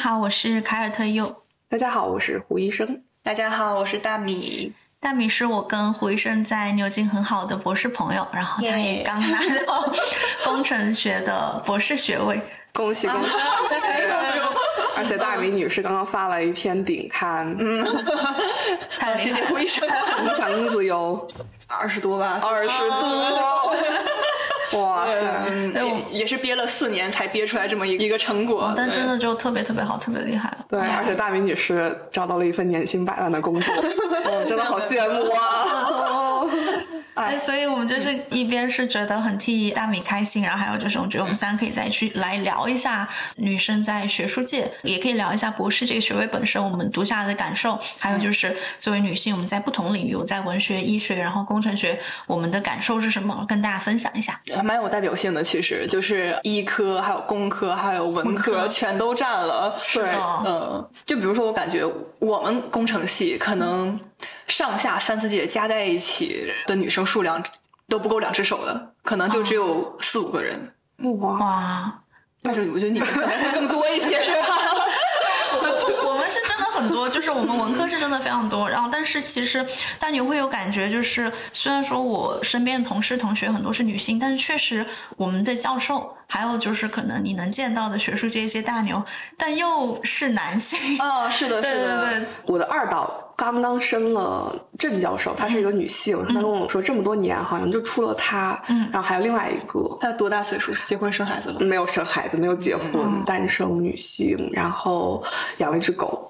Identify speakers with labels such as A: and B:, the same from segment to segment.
A: 好，我是凯尔特佑。
B: 大家好，我是胡医生。
C: 大家好，我是大米。
A: 大米是我跟胡医生在牛津很好的博士朋友，然后他也
C: Yeah
A: 刚拿到工程学的博士学位。
B: 恭喜恭喜！ 而且大米女士刚刚发了一篇顶刊，嗯，
A: 太厉害
C: 谢谢
A: 了
C: 胡医生，
B: 影响自由
C: 二十多吧，
B: 二十多，哇塞！
C: 嗯，也也是憋了四年才憋出来这么一一个成果，
A: 但
C: 对
A: 真的就特别特别好，特别厉害了。
B: 对，而且大米女士找到了一份年薪百万的 工作，我真的好羡慕 啊！
A: 哎，所以我们就是一边是觉得很替大米开心，然后还有就是我觉得我们三可以再去来聊一下女生在学术界，也可以聊一下博士这个学位本身我们读下来的感受，还有就是作为女性我们在不同领域，我在文学、医学，然后工程学，我们的感受是什么，跟大家分享一下。
C: 还蛮有代表性的，其实就是医科、还有工科、还有文
A: 文科
C: 科全都占了。
A: 是的
C: 对嗯，就比如说，我感觉我们工程系可能上下三四届加在一起的女生数量都不够两只手的，可能就只有四五个人。
B: 哇，
A: 哦哇，
C: 但是我觉得你们可能会更多一些，是吧？
A: 我们是真的很多，就是我们文科是真的非常多。然后，但是其实，但你会有感觉，就是虽然说我身边的同事同学很多是女性，但是确实我们的教授，还有就是可能你能见到的学术界一些大牛，但又是男 性。
C: 啊，是的，
A: 对
C: 是
A: 对
C: 的，
A: 对，
B: 我的二导刚刚升了郑教授，她是一个女性，她跟我说这么多年好像就出了她，
A: 嗯
B: 然后还有另外一个
C: 他多大岁数？结婚生孩子了？
B: 没有生孩子、没有结婚、
A: 嗯
B: 单身女性，然后养了一只狗。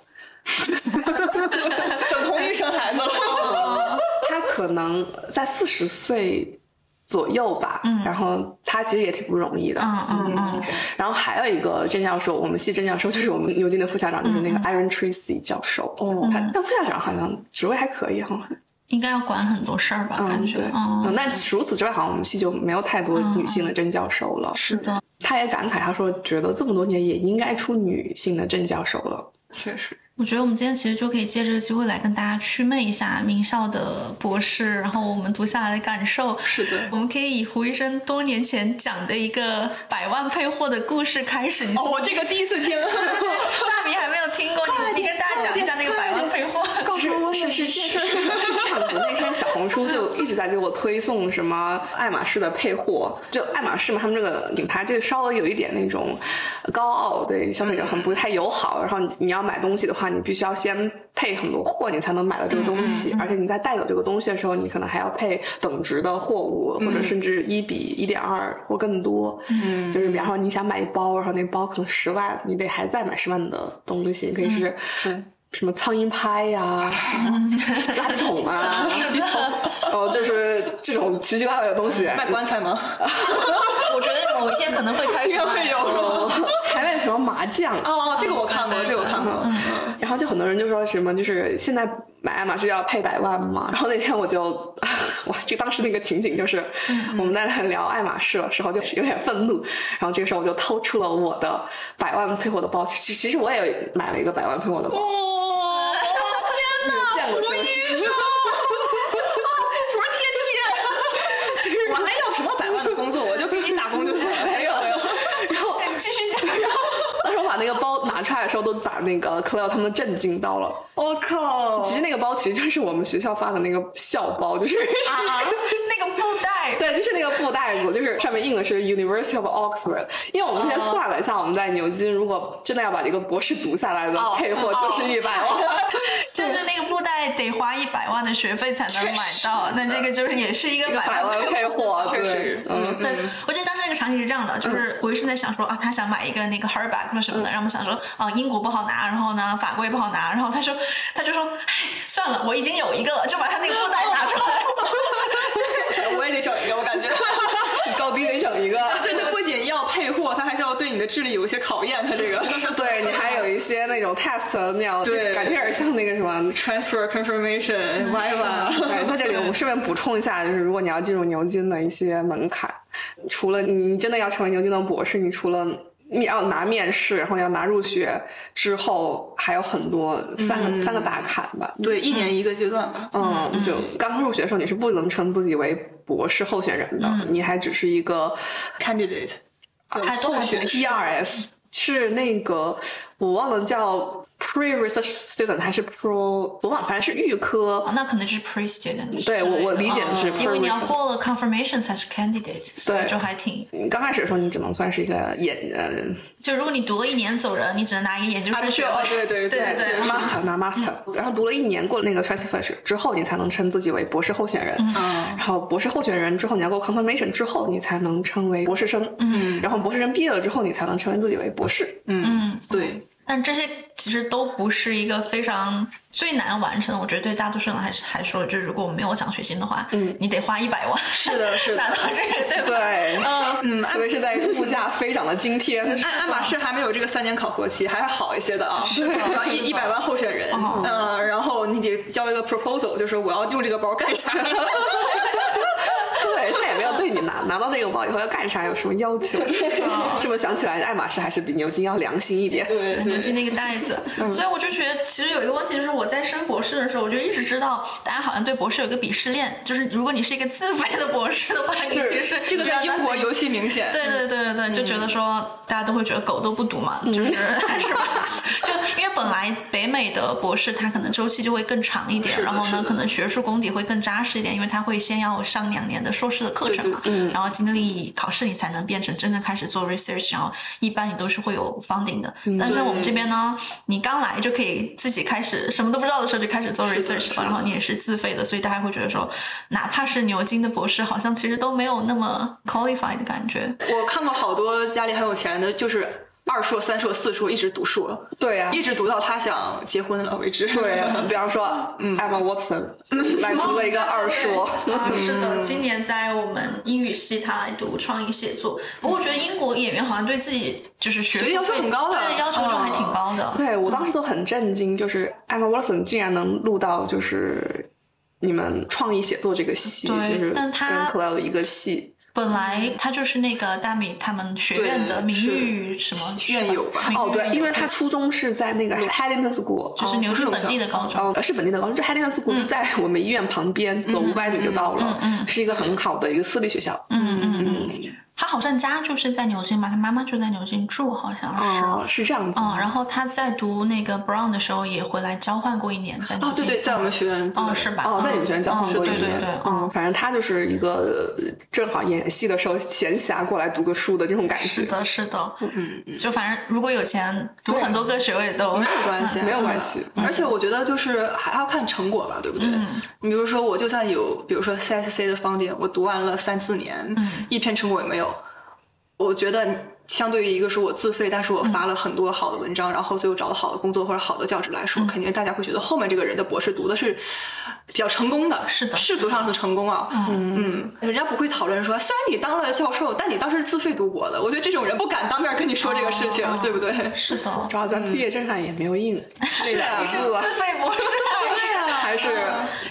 C: 等同意生孩子了。
B: 她可能在四十岁左右吧，
A: 嗯
B: 然后她其实也挺不容易的。
A: 嗯嗯嗯，
B: 然后还有一个郑教授，我们系郑教授就是我们牛津的副校长，就是那
A: 嗯
B: 个 Aaron Tracy 教授。
C: 哦
B: 他但副校长好像职位还可以哈，
A: 应该要管很多事儿吧，
B: 嗯，
A: 感觉
B: 对，。
A: 嗯，
B: 但除此之外，好像我们系就没有太多女性的真教授了。
A: 是的，
B: 他也感慨，他说觉得这么多年也应该出女性的真教授了。
C: 确实，
A: 我觉得我们今天其实就可以借这个机会来跟大家祛魅一下名校的博士，然后我们读下来的感受。
C: 是的
A: 我。们可以以胡医生多年前讲的一个百万配货的故事开始。
C: 哦，我这个第一次听。
A: 大米还没有听过，你你跟大家讲一下那个百万配货。
B: 是是是是是， 市场部那天小红书就一直在给我推送什么爱马仕的配货，就爱马仕嘛，他们这个品牌就稍微有一点那种高傲，对消费者很不太友好。然后你要买东西的话，你必须要先配很多货，你才能买到这个东
C: 嗯
B: 西，而且你在带走这个东西的时候，你可能还要配等值的货物，或者甚至一比一点二或更多。
C: 嗯
B: 就是比方说你想买一包，然后那包可能十万，你得还再买十万的东西，可以是。
C: 嗯是
B: 什么苍蝇拍呀、垃圾桶 啊，
A: 是的，
B: 哦，就是这种奇奇怪怪的东西。
C: 卖棺材吗？
A: 我觉得某一天可能会开始
C: 应该会有。哦
B: 还卖什么麻将，
C: 哦，这个我看过，
A: 对对
C: 这个我看过。
B: 然后就很多人就说什么，就是现在买爱马仕要配百万嘛。然后那天我就，哇，这当时那个情景就是，
C: 嗯
B: 我们在聊爱马仕的时候，就是有点愤怒。然后这个时候我就掏出了我的百万退货的包，其其实我也买了一个百万退货的包，
C: 哦，
B: 你有见过是不是？
C: 不是天天，我还要什么百万的工作？我就给你打工就行了。没有没有，
B: 然后
A: 你继续 讲。
B: 当时我把那个包拿出来的时候，都把那个 Claire 他们震惊到了。
C: 我靠
B: 其实那个包其实就是我们学校发的那个校包，就是、
A: 那个布袋，
B: 对，就是那个布袋子，就是上面印的是 University of Oxford。因为我们之前算了一下，我们在牛津如果真的要把这个博士读下来的
C: 哦
B: 配货就是一百万。
A: 就是那个布袋得花一百万的学费才能买到，那这个就是也是一个百
B: 百
A: 万
B: 万配货，
C: 确
B: 对
C: 实，
B: 嗯，
A: 对，我记得当时那个场景是这样的，就是我一直在想说啊，他想买一个那个 Herbac 或什
B: 嗯
A: 么的，然后我们想说啊，英国不好拿，然后呢，法国也不好拿，然后他说 他就说，唉，算了，我已经有一个了，就把他那个布袋拿出 来。
C: 我也得整一个，我感觉。
B: 高低得整一个。
C: 这这不仅要配货，它还是要对你的智力有一些考验。它这 个
B: 对你还有一些那种 test 那样，就
C: 对
B: 感觉有点像那个什么
C: transfer
A: 嗯
C: confirmation viva，
B: 对，在这里我顺便补充一下，就是如果你要进入牛津的一些门槛，除了你真的要成为牛津的博士，你除了你要拿面试，然后要拿入学之后，还有很多三个、三个大坎吧。
A: 嗯
C: 对一年一个阶段吧。
B: 嗯，就刚入学的时候，你是不能称自己为博士嗯候选人的，你还只是一个
C: candidate，
A: 还都还
C: 后学
A: 不
C: 习
B: PRS。，E 是那个我忘了叫 pre research student 还是 pro，我忘了，反正是预科
A: 哦，那可能就是 pre student 之类
B: 对
A: 的。
B: 我我理解的是
A: 哦
B: pre
A: 因为你要
B: research
A: 过了 confirmation 才是 candidate，所以就还挺。
B: 你刚开始的时候，你只能算是一个研呃
A: 就如果你读了一年走人，你只能拿一个研究生学
B: 哦，
A: 位。
B: 对对
A: 对对
B: 对
A: 是
B: ，master
C: 嗯
B: 拿 master，然后读了一年过了那个 transfer 之后，你才能称自己为博士候选人。
C: 嗯
B: 然后博士候选人之后，你要过 confirmation 之后，你才能称为博士生。嗯，然后博士生毕业了之后，你才能称为自己为博士。
C: 嗯，
A: 嗯，
C: 对，
A: 但这些其实都不是一个非常最难完成的。我觉得对大多数人还是还说，就如果我没有奖学金的话，
B: 嗯
A: 你得花一百万
C: 是的，是
A: 拿
C: 的哎
A: 到。这个，对吧？
B: 对，
A: 嗯，
B: 嗯，特别是在物价飞涨的今天，
C: 爱爱哎马仕还没有这个三年考核期，还好一些的啊，
A: 是的
C: 然后
A: 是的
C: 一一百万候选人，
A: 哦
C: 嗯，然后你得交一个 proposal，就是我要用这个包干 啥，
B: 对他也没有对你拿拿到这个包以后要干啥有什么要 求。
A: 啊
B: 这么想起来，爱马仕还是比牛津要良心 一点。
C: 对嗯
A: 牛津那个袋子，所以我就觉得，其实有一个问题，就是我在升博士的时候，我就一直知道，大家好像对博士有一个鄙视链，就是如果你是一个自费的博士的话，你其实是
C: 这个在英国
A: 有。
C: 尤其明显，
A: 对对对对对，就觉
C: 嗯
A: 得说大家都会觉得狗都不读嘛，就是 是吧？就因为本来北美的博士他可能周期就会更长一点，
C: 是的
A: 然后
C: 是
A: 呢
C: 的
A: 可能学术功底会更扎实一点，因为他会先要上两年的硕士的课程嘛，
C: 对嗯
A: 然后经历考试你才能变成真正开始做 research，然后一般你都是会有 funding 的。
C: 嗯
A: 但是我们这边呢，你刚来就可以自己开始什么都不知道的时候就开始做
C: 是的
A: research
C: 是
A: 了，
C: 的
A: 然后你也是自费的，所以大家会觉得说，哪怕是牛津的博士，好像其实都没有那么 qualified 的感觉。
C: 我看过好多家里很有钱的，就是二硕、三硕、四硕一直读硕，
B: 对
A: 啊
B: 呀、
C: 一直读到他想结婚了为止。
B: 对啊呀、比方说，嗯，Emma Watson 来读了一个 二硕，
A: 啊，哦是的，今年在我们英语系，他来读创意写作。不过我觉得英国演员好像对自己就是学
C: 学历要求很高的
A: 对要求就还挺高的。
B: 嗯
A: 嗯
B: 对我当时都很震惊，就是 Emma Watson 竟然能录到就是你们创意写作这个系，就
A: 对
B: 是跟
A: 但他
B: Cleo 一个系。
A: 本来他就是那个大米他们学院的
C: 对
A: 名誉什么
C: 是院友吧
A: 名誉
B: 哦，对，因为
A: 友
B: 哦他初中是在那个 Haddington School，
A: 就是牛津本地的高中。
B: 哦，是本地的高中，就 Haddington School 就在我们医院旁边，走五百米就到了，
A: 嗯嗯
B: 是一个很好的一个私立学校。
A: 嗯嗯嗯，他好像家就是在牛津嘛，他妈妈就在牛津住，好像是。
B: 哦，是这样子。
A: 嗯，然后他在读那个 Brown 的时候也回来交换过一年，在牛
C: 哦，
A: 津。
C: 对对，在我们学院，
A: 哦是吧？
B: 哦，在你们学院交
A: 嗯
B: 换
A: 是
B: 过一
A: 对
B: 年
A: 对对，，
B: 嗯，反正他就是一个呃正好演戏的时候闲暇过来读个书的这种感
A: 是
B: 觉，
A: 的，是的，
C: 嗯，
A: 就反正如果有钱，读很多个学位都
C: 没有关系，
B: 没有关系
C: 嗯。而且我觉得就是还要看成果吧，对不对？
A: 嗯
C: 你比如说，我就算有，比如说 CSC 的方点，我读完了三四年，
A: 嗯
C: 一篇成果也没有。我觉得相对于一个是我自费，但是
A: 嗯
C: 我发了很多好的文章，然后最后找到好的工作或者好的教职来
A: 嗯
C: 说，肯定大家会觉得后面这个人的博士读的是比较成功的，
A: 是的
C: 世俗上的成功啊。嗯人家不会讨论说，虽然你当了教授，但你当时自费读博的，我觉得这种人不敢当面跟你说这个事情，
A: 哦
C: 对不对？
A: 是的，
B: 主要咱毕业证上也没 有印，那
C: 啊
B: 两
C: 是
B: 个
A: 自费博士。
C: 对啊，
B: 还是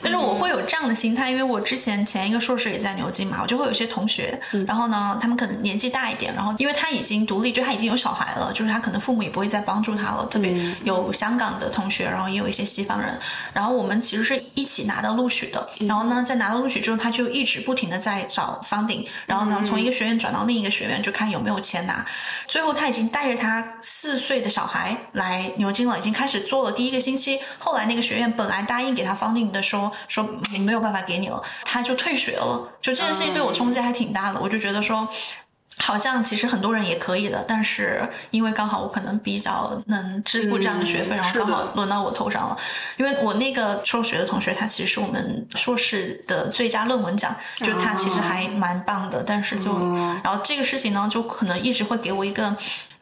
A: 但是我会有这样的心态，因为我之前前一个硕士也在牛津嘛，我就会有一些同学，然后呢，他们可能年纪大一点，然后因为他已经独立，就他已经有小孩了，就是他可能父母也不会再帮助他了。特别有香港的同学，然后也有一些西方人，然后我们其实是一起拿到录取的，然后呢，在拿到录取之后，他就一直不停的在找 funding，然后呢，从一个学院转到另一个学院，就看有没有钱拿。最后他已经带着他四岁的小孩来牛津了，已经开始做了第一个星期。后来那个学院本来答应给他 funding 的说说嗯没有办法给你了，他就退学了。就这件事情对我冲击还挺大的，我就觉得说。好像其实很多人也可以的，但是因为刚好我可能比较能支付这样的学费，
C: 嗯
A: 然后
C: 是的
A: 刚好轮到我头上了。因为我那个辍学的同学，他其实是我们硕士的最佳论文奖，就他其实还蛮棒的，但是就、然后这个事情呢，就可能一直会给我一个，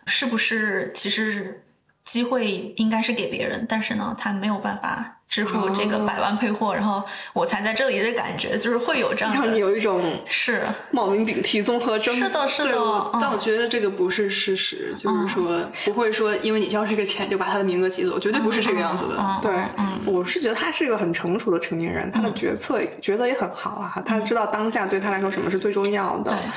A: 是不是其实机会应该是给别人，但是呢，他没有办法支付这个百万配货，然后我才在这里的感觉，就是会有这样
B: 让你
A: 的，
B: 有一种
A: 是
B: 冒名顶替综合征。
A: 嗯是的，是
C: 对
A: 的，
C: 我但我
A: 嗯，
C: 觉得这个不是事实，
A: 哦
C: 就是说不会说因为你交这个钱就把他的名额挤走，绝对不是这个样子的。
A: 嗯
B: 对，我是觉得他是一个很成熟的成年人，他的决策抉择也很好啊，他知道当下对他来说什么是最重要的
A: 嗯对。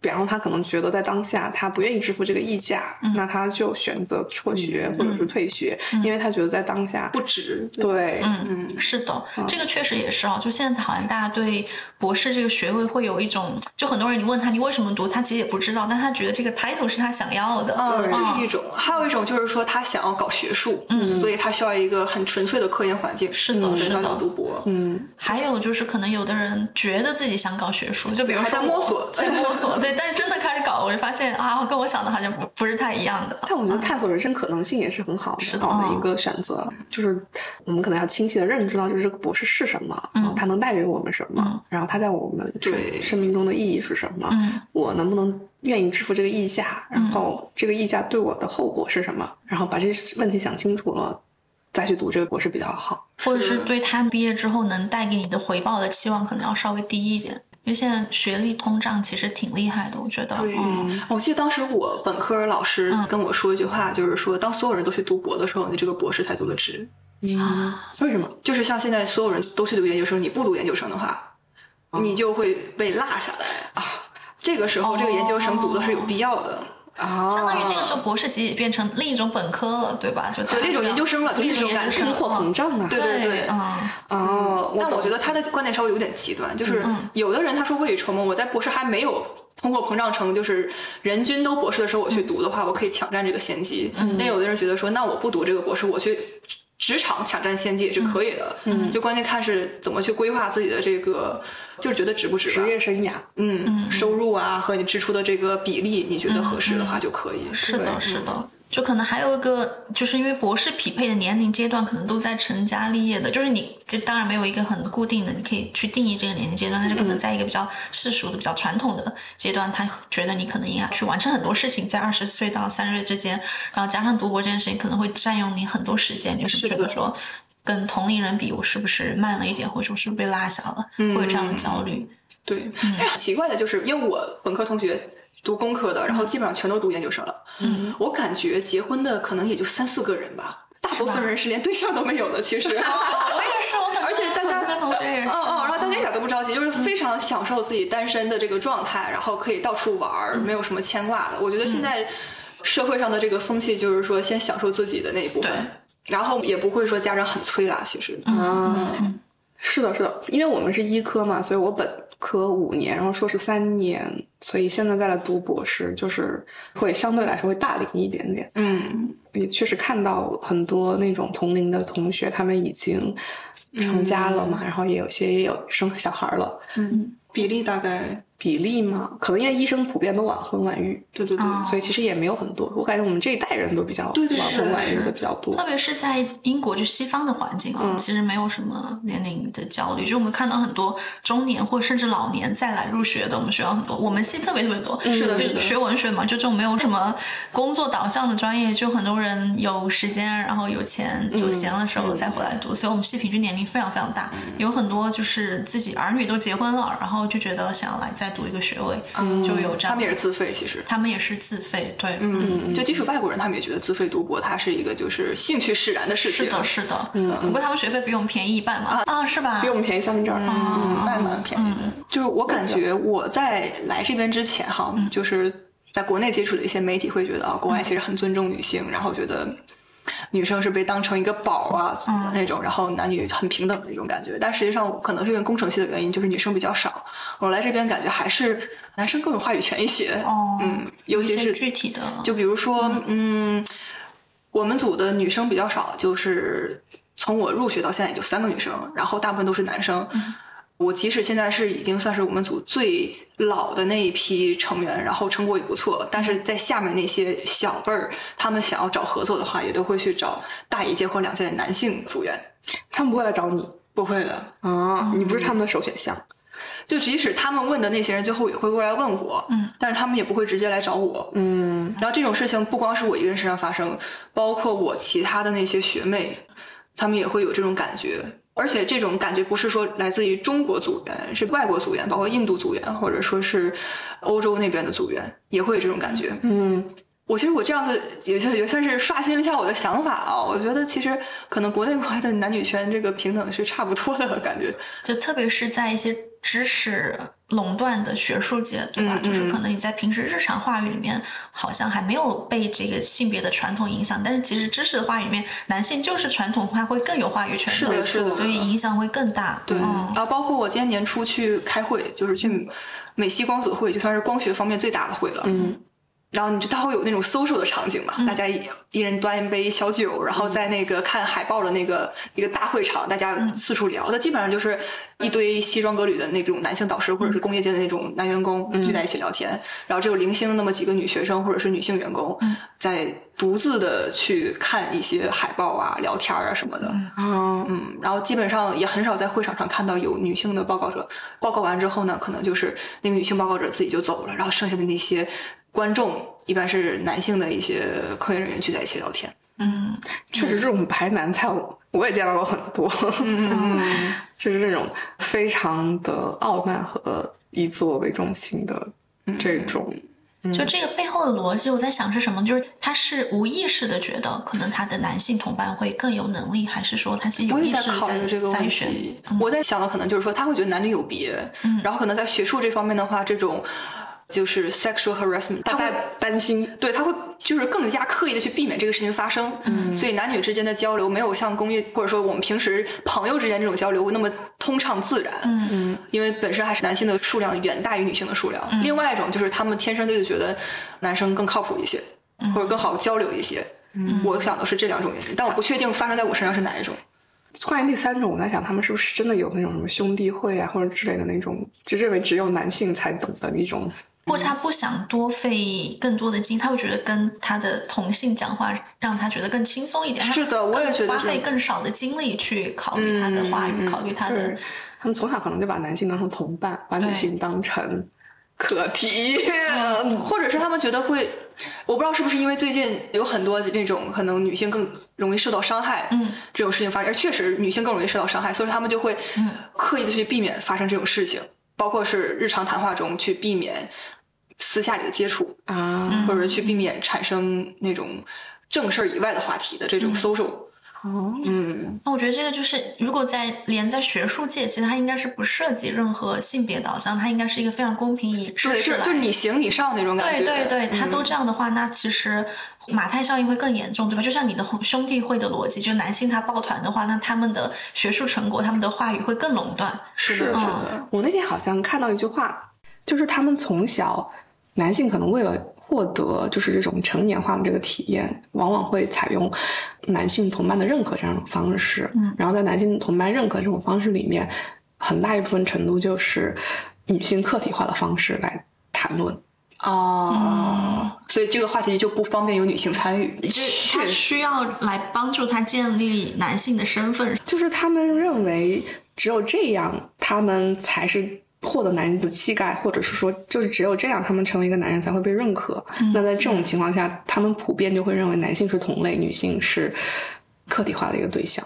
B: 比方说他可能觉得在当下他不愿意支付这个溢价，
A: 嗯
B: 那他就选择辍学或者是退学，因为他觉得在当下
C: 不值。
B: 对，
C: 嗯，
A: 是的，这个确实也是哦。就现在好像大家对博士这个学位会有一种，就很多人你问他你为什么读，他其实也不知道，但他觉得这个 title 是他想要的。
C: 嗯，这是一
A: 嗯
C: 种，还有一种就是说他想要搞学术，嗯，所以他需要一个很纯粹的科研环境，
A: 是的
C: 嗯
A: 是
C: 所以
A: 的
C: 他想读博，
B: 嗯，
A: 还有就是，可能有的人觉得自己想搞学术，就比如说
C: 还在摸索
A: 我在摸 索，对，但是真的开始搞，我就发现啊，跟我想的好像不不是太一样的。
B: 但我觉得探索人生可能性也是很好
A: 嗯是
B: 的
A: 的
B: 好的
A: 嗯
B: 一个选择，就是我们可能要清晰的认知到，就是这个博士是什么，
A: 嗯
B: 啊它能带给我们什么
A: 嗯，
B: 然后它在我们
C: 对
B: 生命中的意义是什么，
A: 嗯
B: 我能不能愿意支付这个溢价，然
A: 嗯
B: 后这个溢价对我的后果是什么，然后把这些问题想清楚了，再去读这个博士比较好。
A: 或者是对他毕业之后能带给你的回报的期望可能要稍微低一点，因为现在学历通胀其实挺厉害的，我觉得。
C: 对
A: 嗯，
C: 我记得当时我本科老师
A: 嗯
C: 跟我说一句话，就是说，当所有人都去读博的时候，你这个博士才读得值。
A: 啊
B: 为嗯什么？
C: 就是像现在所有人都去读研究生，你不读研究生的话，你就会被落下来啊。这个时候，
A: 哦
C: 这个研究生读的是有必要的，哦
B: 啊，
A: 相当于这个时候博士其实也变成另一种本科了，对吧？就
C: 对另一种研究生了，就
A: 另
C: 那
A: 一
C: 种
A: 种
C: 感
A: 研究
C: 觉
A: 生。
B: 通货膨胀啊，
C: 对
A: 对
C: 对
A: 嗯，
B: 哦，
C: 但我
B: 懂
C: 觉得他的观点稍微有点极端，就是
A: 嗯
C: 有的人他说未雨绸缪，我在博士还没有通货膨胀成就是人均都博士的时候，我去读的话，我可以抢占这个先机。那有的人觉得说，那我不读这个博士，我去职职场抢占先机也是可以的。嗯，就关键看是怎么去规划自己的这个，就是觉得值不值吧
B: 职。业生涯，
C: 嗯，收入啊和你支出的这个比例，你觉得合适的话就可以。
A: 嗯是
B: 对
A: 的，是的。就可能还有一个，就是因为博士匹配的年龄阶段可能都在成家立业的，就是你就当然没有一个很固定的，你可以去定义这个年龄阶段，但是可能在一个比较世俗的、比较传统的阶段，他觉得你可能应该去完成很多事情，在二十岁到三十岁之间，然后加上读博这件事情可能会占用你很多时间，就是
C: 是的
A: 觉得说跟同龄人比，我是不是慢了一点，或者我是不是被落下了，会有这样的焦虑。
C: 对，
A: 嗯
C: 但是很奇怪的就是，因为我本科同学读工科的，然后基本上全都读研究生了。
A: 嗯，
C: 我感觉结婚的可能也就三四个人吧，大部分人是连对象都没有的。其 实，
A: 啊我也是，我很
C: 而且大家
A: 跟同学也是，
C: 嗯嗯，然后大家一点都不着急，就是非常享受自己单身的这个状态，然后可以到处玩
A: 嗯
C: 儿，没有什么牵挂的。我觉得现在社会上的这个风气就是说，先享受自己的那一部分
A: 对，
C: 然后也不会说家长很催啦。其实，
A: 啊
B: 嗯，是的，是的，因为我们是医科嘛，所以我本科五年，然后硕士三年，所以现在再来读博士，就是会相对来说会大龄一点点。
C: 嗯，
B: 也确实看到很多那种同龄的同学，他们已经成家了嘛，然后也有些也有生小孩了。
A: 嗯
C: 比例大概，
B: 比例嘛，可能因为医生普遍都晚婚晚育，
C: 对对对，
A: 哦
B: 所以其实也没有很多。我感觉我们这一代人都比较
C: 对对
B: 晚
C: 是
B: 婚晚育
C: 是
B: 的比较多
A: 特。别是在英国，就西方的环境啊，
B: 嗯
A: 其实没有什么年龄的焦虑。就我们看到很多中年或甚至老年再来入学的，我们学校很多，我们系特别特别多。
B: 是的
A: 就是
C: 嗯的
A: 学文学嘛，就这种没有什么工作导向的专业，就很多人有时间，然后有钱、有
C: 嗯
A: 闲的时候再回来读。所以我们系平均年龄非常非常大，有很多就是自己儿女都结婚了，然后就觉得想要来再读一个学位，就有这样。
C: 嗯他们也是自费，其实。
A: 他们也是自费，对，
C: 嗯，就即使外国人，他们也觉得自费读博，它是一个就是嗯兴趣使然的事情，
A: 是的，是的。不过他们学费比我们便宜一半嘛，啊，是吧？
B: 比我们便宜三分之二。
C: 嗯，
A: 哦
C: 卖蛮便宜的。就是我感觉我在来这边之前哈，就是在国内接触的一些媒体会觉得啊，国外其实很尊重女性，然后觉得女生是被当成一个宝啊、
A: 嗯
C: 那种，然后男女很平等的那种感觉。但实际上，可能是因为工程系的原因，就是女生比较少。我来这边感觉还是男生更有话语权一些。
A: 哦，
C: 嗯，尤其
A: 一些
C: 是
A: 具体
B: 啊
A: 的，
C: 就比如说，嗯，我们组的女生比较少，就是从我入学到现在也就三个女生，然后大部分都是男生。
B: 嗯
C: 我即使现在是已经算是我们组最老的那一批成员，然后成果也不错，但是在下面那些小辈儿，他们想要找合作的话，也都会去找大一届或两届的男性组员。
B: 他们不会来找你
C: 不会的，
B: 啊，你不是他们的首选项。
C: 就即使他们问的那些人，最后也会过来问我，
A: 嗯，
C: 但是他们也不会直接来找我，
B: 嗯，
C: 然后这种事情不光是我一个人身上发生，包括我其他的那些学妹，她们也会有这种感觉。而且这种感觉不是说来自于中国组员，是外国组员，包括印度组员，或者说是欧洲那边的组员，也会有这种感觉。
B: 嗯，
C: 我其实我这样子也就也算是刷新了一下我的想法啊、我觉得其实可能国内国外的男女权这个平等是差不多的感觉。
A: 就特别是在一些知识垄断的学术界，对吧？
C: 嗯
A: 就是
C: 嗯
A: 可能你在平时日常话语里面，好像还没有被这个性别的传统影响，但是其实知识的话语里面，男性就是传统化会更有话语权
C: 是的是的
A: 所以影响会更大。
C: 对，
A: 嗯
C: 然后包括我今年年初去开会，就是去美西光子会，就算是光学方面最大的会了。
B: 嗯，
C: 然后你就它会有那种 social 的场景嘛，大家一一人端一杯小酒，然后在那个看海报的那个一个大会场，大家四处聊。那、基本上就是一堆西装革履的那种男性导师或者是工业界的那种男员工聚在一起聊天，然后只有零星的那么几个女学生或者是女性员工、在独自的去看一些海报啊、聊天啊什么的。
B: 啊，
C: 嗯，然后基本上也很少在会场上看到有女性的报告者。报告完之后呢，可能就是那个女性报告者自己就走了，然后剩下的那些观众一般是男性的一些科研人员聚在一起聊天。
A: 嗯，
B: 确实这种白男菜我我也见到过很多，
C: 嗯，
B: 就是这种非常的傲慢和以自我为中心的
C: 嗯
B: 这种，
A: 嗯就这个背后的逻辑，我在想是什么？就是他是无意识的觉得，可能他的男性同伴会更有能力，还是说他是有
C: 我也
A: 意
C: 在
A: 识地
C: 考虑这个问
A: 筛选？
C: 题。我在想的可能就是说，他会觉得男女有别，
A: 嗯
C: 然后可能在学术这方面的话，这种就是 sexual harassment，他
B: 他
C: 会
B: 在担心
C: 对，他会就是更加刻意的去避免这个事情发生，嗯，所以男女之间的交流没有像工业或者说我们平时朋友之间这种交流那么通畅自然，
A: 嗯
C: 嗯，因为本身还是男性的数量远大于女性的数量。另外一种就是他们天生就觉得男生更靠谱一些，或者更好交流一些。嗯，我想的是这两种原因，但我不确定发生在我身上是哪一种。
B: 关于第三种，我在想他们是不是真的有那种什么兄弟会啊，或者之类的那种，就认为只有男性才懂的一种。
A: 或者他不想多费更多的精，力，他会觉得跟他的同性讲话让他觉得更轻松一点。
C: 是的
A: 他
C: 我也觉得
A: 花
C: 是
A: 费更少的精力去考虑他的话语，
C: 嗯嗯
A: 考虑他的
B: 对，他们从小可能就把男性当成同伴，把
A: 对
B: 女性当成课题。
A: 呃
C: 呃或者是他们觉得会，我不知道是不是因为最近有很多那种可能女性更容易受到伤害，
A: 嗯，
C: 这种事情发生，而确实女性更容易受到伤害，所以说他们就会
A: 嗯
C: 刻意的去避免发生这种事情，包括是日常谈话中去避免私下里的接触，
B: 啊，
C: 或者去避免产生那种正事儿以外的话题的这种 social，
B: 哦，
C: 嗯，
A: 那我觉得这个就是，如果在连在学术界，其实它应该是不涉及任何性别导向，它应该是一个非常公平以知
C: 对，
A: 识
C: 就
A: 来
C: 就是你行你上那种感
A: 对
C: 觉，
A: 对对，他
C: 嗯
A: 都这样的话，那其实马太效应会更严重，对吧？就像你的兄弟会的逻辑，就男性他抱团的话，那他们的学术成果、他们的话语会更垄断。
C: 是
B: 是
C: 的，是的。
B: 我那天好像看到一句话，就是他们从小，男性可能为了获得就是这种成年化的这个体验，往往会采用男性同伴的认可这样的方式。
A: 嗯
B: 然后在男性同伴认可这种方式里面，很大一部分程度就是女性客体化的方式来谈论。
C: 哦，所以这个话题就不方便有女性参与，
A: 就是他需要来帮助他建立男性的身份。
B: 就是他们认为只有这样，他们才是获得男子气概，或者是说，就是只有这样，他们成为一个男人才会被认可。那在这种情况下，他们普遍就会认为男性是同类，女性是客体化的一个对象。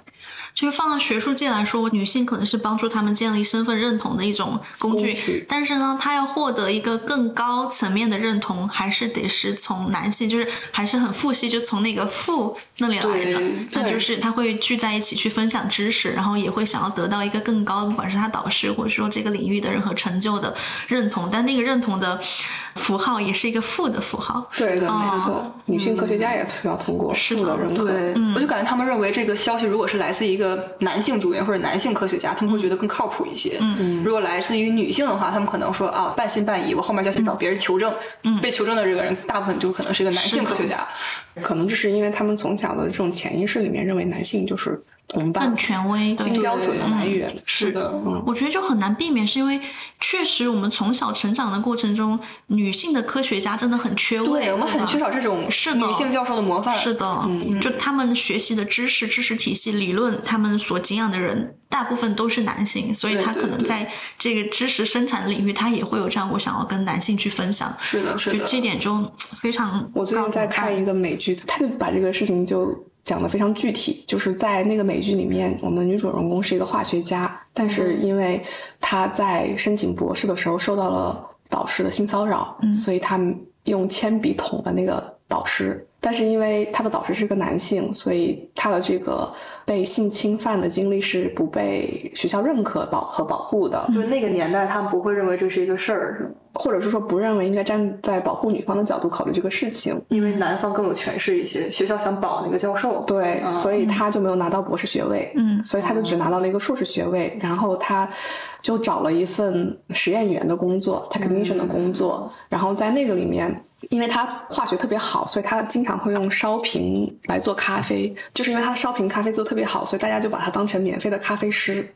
A: 就是放到学术界来说，女性可能是帮助他们建立身份认同的一种工具，
B: 工具
A: 但是呢，她要获得一个更高层面的认同，还是得是从男性，就是还是很父系，就从那个父那里来的
C: 对。
A: 那
B: 对
A: 就是他会聚在一起去分享知识，然后也会想要得到一个更高，不管是他导师或者说这个领域的任何成就的认同，但那个认同的符号也是一个负的符号。
B: 对的，
A: 哦
B: 没错，女性科学家也需要通过
A: 是
B: 父
A: 的
B: 的认可。
C: 对，我就感觉他们认为这个消息如果是来自一个男性读研或者男性科学家，他们会觉得更靠谱一些。嗯，如果来自于女性的话，他们可能说啊，半信半疑，我后面再去找别人求证。嗯，被求证的这个人大部分就可能是一个男性科学家。
B: 可能就是因为他们从小的这种潜意识里面认为男性就是同伴
A: 更、权威、
B: 更
A: 对
B: 标准的来源。
C: 是的，嗯，
A: 我觉得就很难避免，是因为确实我们从小成长的过程中，女性的科学家真的很缺位，
C: 对我们很
A: 吧
C: 缺少这嗯种
A: 是的
C: 女性教授的模范。
A: 是的，就他们学习的知识、知识体系、理论，他们所敬仰的人，大部分都是男性，所以
C: 对
A: 他
C: 对
A: 可能
C: 对
A: 在这个知识生产领域，他也会有这样，我想要跟男性去分享，
C: 是的，是
A: 就
C: 的，
A: 这点就嗯非常
B: 我最近在看一
A: 个，
B: 个美剧，他就把这个事情就讲得非常具体，就是在那个美剧里面，我们女主人公是一个化学家，但是因为她在申请博士的时候受到了导师的性骚扰，所以她用铅笔捅了那个导师，但是因为他的导师是个男性，所以他的这个被性侵犯的经历是不被学校认可保和保护的，
C: 就是那个年代，他们不会认为这是一个事儿，是吗？
B: 或者是说不认为应该站在保护女方的角度考虑这个事情。
C: 因为男方更有权势一些，学校想保那个教授，
B: 对，
C: 嗯哦
B: 所以他就没有拿到博士学位，
A: 嗯
B: 所以他就只拿到了一个硕士学位，然后他就找了一份实验员的工作，technician 的工作，
C: 嗯
B: 然后在那个里面。因为他化学特别好，所以他经常会用烧瓶来做咖啡。就是因为他烧瓶咖啡做得特别好，所以大家就把他当成免费的咖啡师。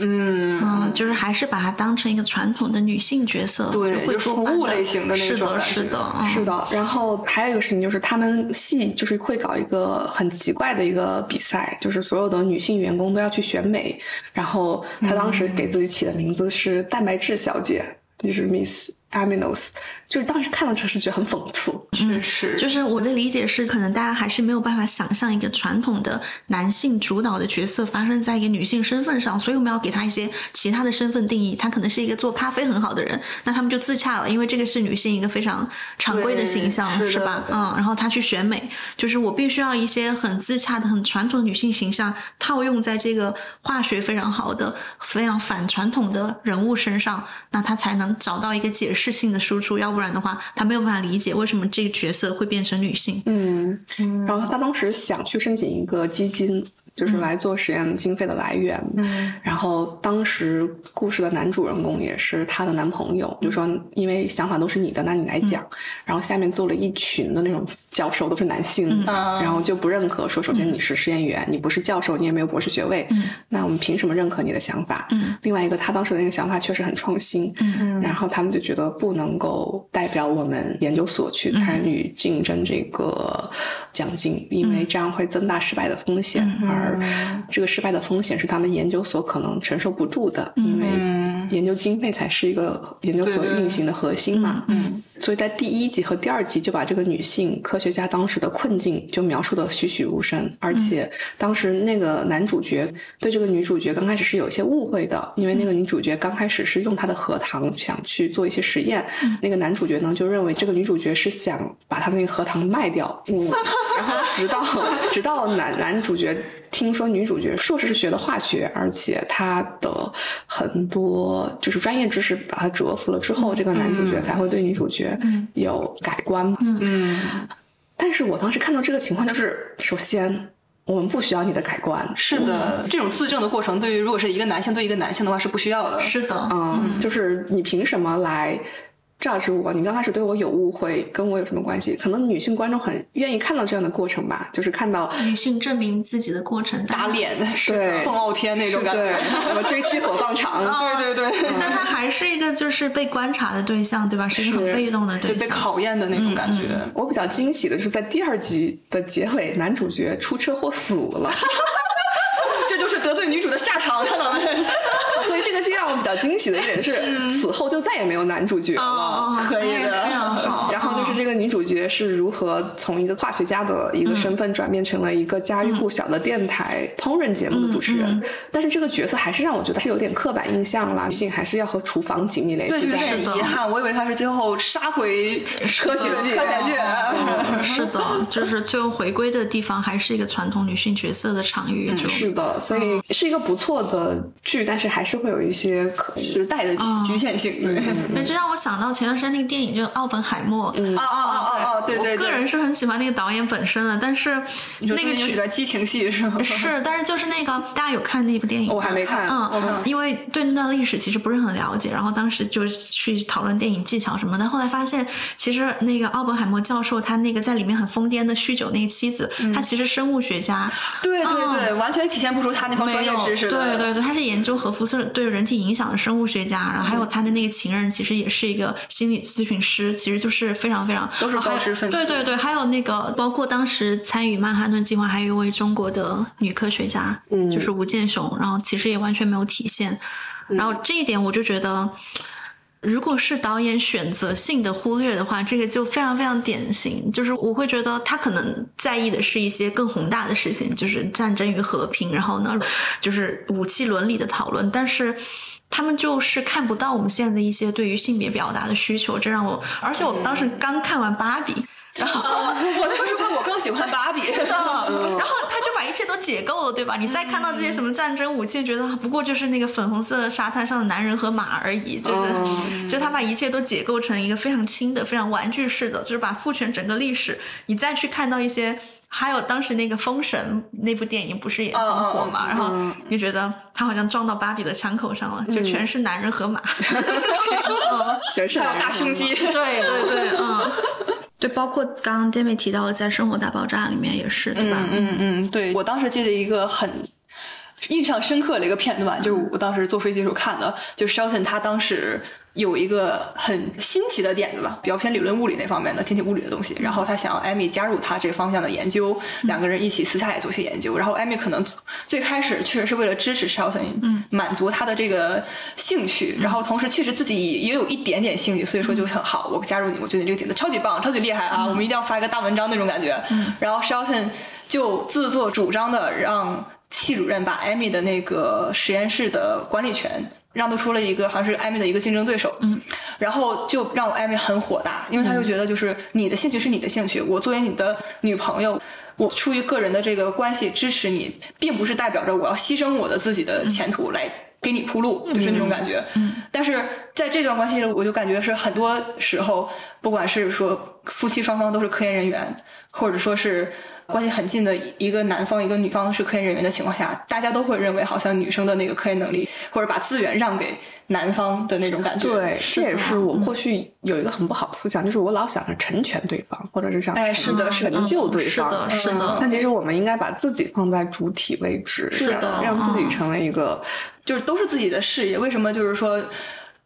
C: 嗯
A: 嗯，就是还是把她当成一个传统的女性角色，
C: 对
A: 会
C: 就
A: 做
C: 服
A: 饭
C: 务类型的那
A: 是
C: 种
A: 的，
C: 感
A: 是
C: 觉
A: 的，嗯
B: 是的，然后还有一个事情就是，他们系就是会搞一个很奇怪的一个比赛，就是所有的女性员工都要去选美，然后她当时给自己起的名字是“蛋白质小姐”，就是 Miss Aminos，就是当时看到这是觉得很讽刺。
C: 确实，
A: 就是我的理解是，可能大家还是没有办法想象一个传统的男性主导的角色发生在一个女性身份上，所以我们要给他一些其他的身份定义。他可能是一个做咖啡很好的人，那他们就自洽了，因为这个是女性一个非常常规的形象，
C: 对
A: 是
C: 是的
A: 吧？嗯，然后他去选美，就是我必须要一些很自洽的、很传统的女性形象套用在这个化学非常好的、非常反传统的人物身上，那他才能找到一个解释性的输出，要不然的话，他没有办法理解为什么这个角色会变成女性。
B: 嗯，然后她当时想去申请一个基金，
A: 嗯
B: 就是来做实验经费的来源。
C: 嗯
B: 然后当时故事的男主人公也是她的男朋友，
A: 嗯
B: 就说因为想法都是你的，那你来讲。然后下面坐了一群的那种教授，都是男性，
A: 嗯
C: 啊
B: 然后就不认可说，首先你是实验员，你不是教授，你也没有博士学位，
A: 嗯
B: 那我们凭什么认可你的想法？
A: 嗯
B: 另外一个，他当时的那个想法确实很创新，
A: 嗯
C: 嗯
B: 然后他们就觉得不能够代表我们研究所
C: 嗯
B: 去参与竞争这个奖金，因
C: 嗯
B: 为这样会增大失败的风险，
A: 嗯
B: 而这个失败的风险是他们研究所可能承受不住的，因为
C: 嗯
B: 研究经费才是一个研究所
C: 对对
B: 运行的核心嘛。
C: 嗯
B: 所以在第一集和第二集就把这个女性科学家当时的困境就描述的栩栩如生，而
C: 嗯
B: 且当时那个男主角对这个女主角刚开始是有一些误会的，因为那个女主角刚开始是用她的荷糖想去做一些实验，那个男主角呢就认为这个女主角是想把她那个荷糖卖掉，嗯，然后直到直到男男主角。听说女主角硕士是学的化学，而且她的很多就是专业知识把她折服了之后，这个男主角
C: 嗯
B: 才会对女主角
A: 嗯
B: 有改观嘛。
C: 嗯，
B: 但是我当时看到这个情况，就是首先我们不需要你的改观，
C: 是的，这种自证的过程，对于如果是一个男性对一个男性的话是不需要的，
A: 是的，
B: 嗯，就是你凭什么来？榨取我，你刚开始对我有误会，跟我有什么关系？可能女性观众很愿意看到这样的过程吧，就是看到
A: 女性证明自己的过程，
C: 打
A: 但
C: 脸，是
B: 对
C: 凤傲天那种感
B: 对
C: 觉，嗯
B: 什么追妻火葬场，
C: 对对对，
A: 但她还是一个就是被观察的对象，对吧？是一个很
B: 是
A: 被动的嗯
C: 对
A: 对
C: 被
A: 象。
C: 考验的那种感觉，
B: 我比较惊喜的是，在第二集的结尾，男主角出车祸死了，
A: 嗯
C: 这就是得罪女主的下场，看到没？
B: 所以这个是让我比较惊喜的一点是，
C: 嗯
B: 死后就再也没有男主角了。
A: 哦
C: 可以的
A: 非常好。嗯
B: 然后就是这个女主角是如何从一个化学家的一个身份转变成了一个家喻户晓的电台烹饪节目的主持人，
A: 嗯
B: 但是这个角色还是让我觉得是有点刻板印象啦，女性还是要和厨房紧密联
C: 对，
B: 系
C: 有
B: 在
C: 点
B: 一起。
C: 遗憾，我以为他是最后杀回
B: 科学界
C: 科学界。
A: 嗯是的，就是最后回归的地方还是一个传统女性角色的场域，
B: 嗯
A: 就是
B: 的，所以是一个不错的剧，但是还是会有一些可嗯
C: 时代的
A: 啊
C: 局限性，对，
A: 对，哎这让我想到前段时间那个电影，就是《奥本海默》。 哎
C: 啊啊啊啊啊！对对，
A: 嗯我个人是很喜欢那个导演本身的，但是
C: 那
A: 那
C: 个
A: 个
C: 女
A: 剧
C: 的激情戏是吗？
A: 是，但是就是那个大家有看那部电影吗？
B: 哦我还没看。
C: 我看
A: 嗯，因为对那段历史其实不是很了解，然后当时就去讨论电影技巧什么的。后来发现，其实那个奥本海默教授他那个在里面很疯癫的酗酒那个妻子，
C: 嗯
A: 她其实生物学家，
C: 对对对，完全体现不出他那方专
A: 啊没
C: 业
A: 有
C: 知识的。
A: 对对对，他是研究核辐射对人体影响的生物学家，然后还
C: 嗯
A: 有他的那个情人其实也是一个心理咨询师，其实就是非常非常
C: 都是
A: 然后还
C: 高知分子
A: 对对对，还有那个包括当时参与曼哈顿计划还有一位中国的女科学家，
B: 嗯
A: 就是吴健雄，然后其实也完全没有体现。然后这一点我就觉得。如果是导演选择性的忽略的话，这个就非常非常典型。就是我会觉得他可能在意的是一些更宏大的事情，就是战争与和平，然后呢，就是武器伦理的讨论，但是。他们就是看不到我们现在的一些对于性别表达的需求，这让我，而且我当时刚看完《芭比》，
C: 然后我说实话，我更喜欢芭比。
A: 然后他就把一切都解构了，对吧？你再看到这些什么战争武器，觉得啊不过就是那个粉红色的沙滩上的男人和马而已，就是、就他把一切都解构成一个非常轻的、非常玩具式的，就是把父权整个历史，你再去看到一些。还有当时那个《封神》那部电影不是也很火嘛，然后就觉得他好像撞到芭比的枪口上了，就全是男人和马，
B: 全是
C: 还有
B: 男
C: 大
B: 人
C: 胸 肌，
A: 对对对，嗯，对，包括刚刚 j i m m 在《生活大爆炸》里面也是，对吧？
C: 嗯嗯，对我当时记得一个很印象深刻的一个片段，就是我当时坐飞机的时候看的，就是 Shelton 他当时有一个很新奇的点子吧，比较偏理论物理那方面的天体物理的东西，然后他想要艾米加入他这方向的研究，两个人一起私下也做些研究，然后艾米可能最开始确实是为了支持 Shelton，满足他的这个兴趣，然后同时确实自己也有一点点兴趣，所以说就很好，我加入你，我觉得你这个点子超级棒，超级厉害啊，我们一定要发一个大文章那种感觉，然后 Shelton 就自作主张的让系主任把艾米的那个实验室的管理权让渡出了一个，好像是艾米的一个竞争对手。嗯，然后就让艾米很火大，因为他就觉得就是你的兴趣是你的兴趣，我作为你的女朋友。我出于个人的这个关系支持你，并不是代表着我要牺牲我的自己的前途来给你铺路，就是那种感觉。但是在这段关系里，我就感觉是很多时候，不管是说夫妻双方都是科研人员，或者说是关系很近的一个男方一个女方是科研人员的情况下，大家都会认为好像女生的那个科研能力或者把资源让给男方的那种感觉。
B: 对，这也是我
A: 嗯
B: 过去有一个很不好的思想，就是我老想着成全对方，或者是想
C: 哎是的
B: 成
C: 是的
B: 成就对
A: 是
B: 方。
A: 的，是的，
B: 但其实我们应该把自己放在主体位置，
A: 是的
B: 让自己
A: 嗯
B: 成为一个
C: 就是都是自己的事业，为什么就是说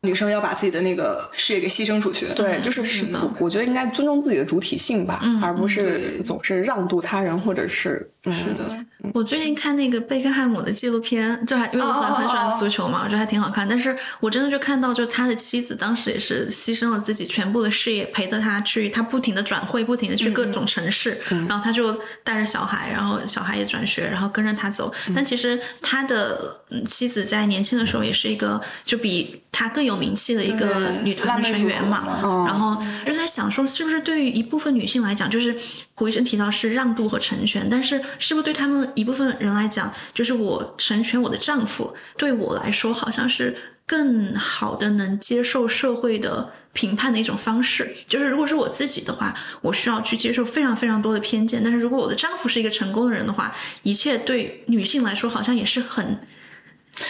C: 女生要把自己的那个事业给牺牲出去？
B: 对，就是
A: 是的
B: 我我觉得应该尊重自己的主体性吧，
A: 嗯
B: 而不是
C: 对
B: 总是让渡他人，或者是嗯，
C: 是的，
A: 我最近看那个贝克汉姆的纪录片，就还因为我很
C: 哦哦哦
A: 很喜欢足球嘛，我觉得还挺好看。但是我真的就看到，就他的妻子当时也是牺牲了自己全部的事业，陪着他去，他不停的转会，不停的去各
C: 嗯
A: 种城市，然后他就带着小孩，然后小孩也转学，然后跟着他走。
C: 嗯
A: 但其实他的嗯妻子在年轻的时候也是一个就比他更有名气的一个
C: 对
A: 女团
C: 辣
A: 的
C: 妹
A: 成
C: 组
A: 员
C: 合
A: 嘛，
C: 嘛
B: 嗯
A: 然后就在想说，是不是对于一部分女性来讲，就是胡医生提到是让渡和成全，但是是不是对他们一部分人来讲，就是我成全我的丈夫，对我来说好像是更好的能接受社会的评判的一种方式。就是如果是我自己的话，我需要去接受非常非常多的偏见，但是如果我的丈夫是一个成功的人的话，一切对女性来说好像也是很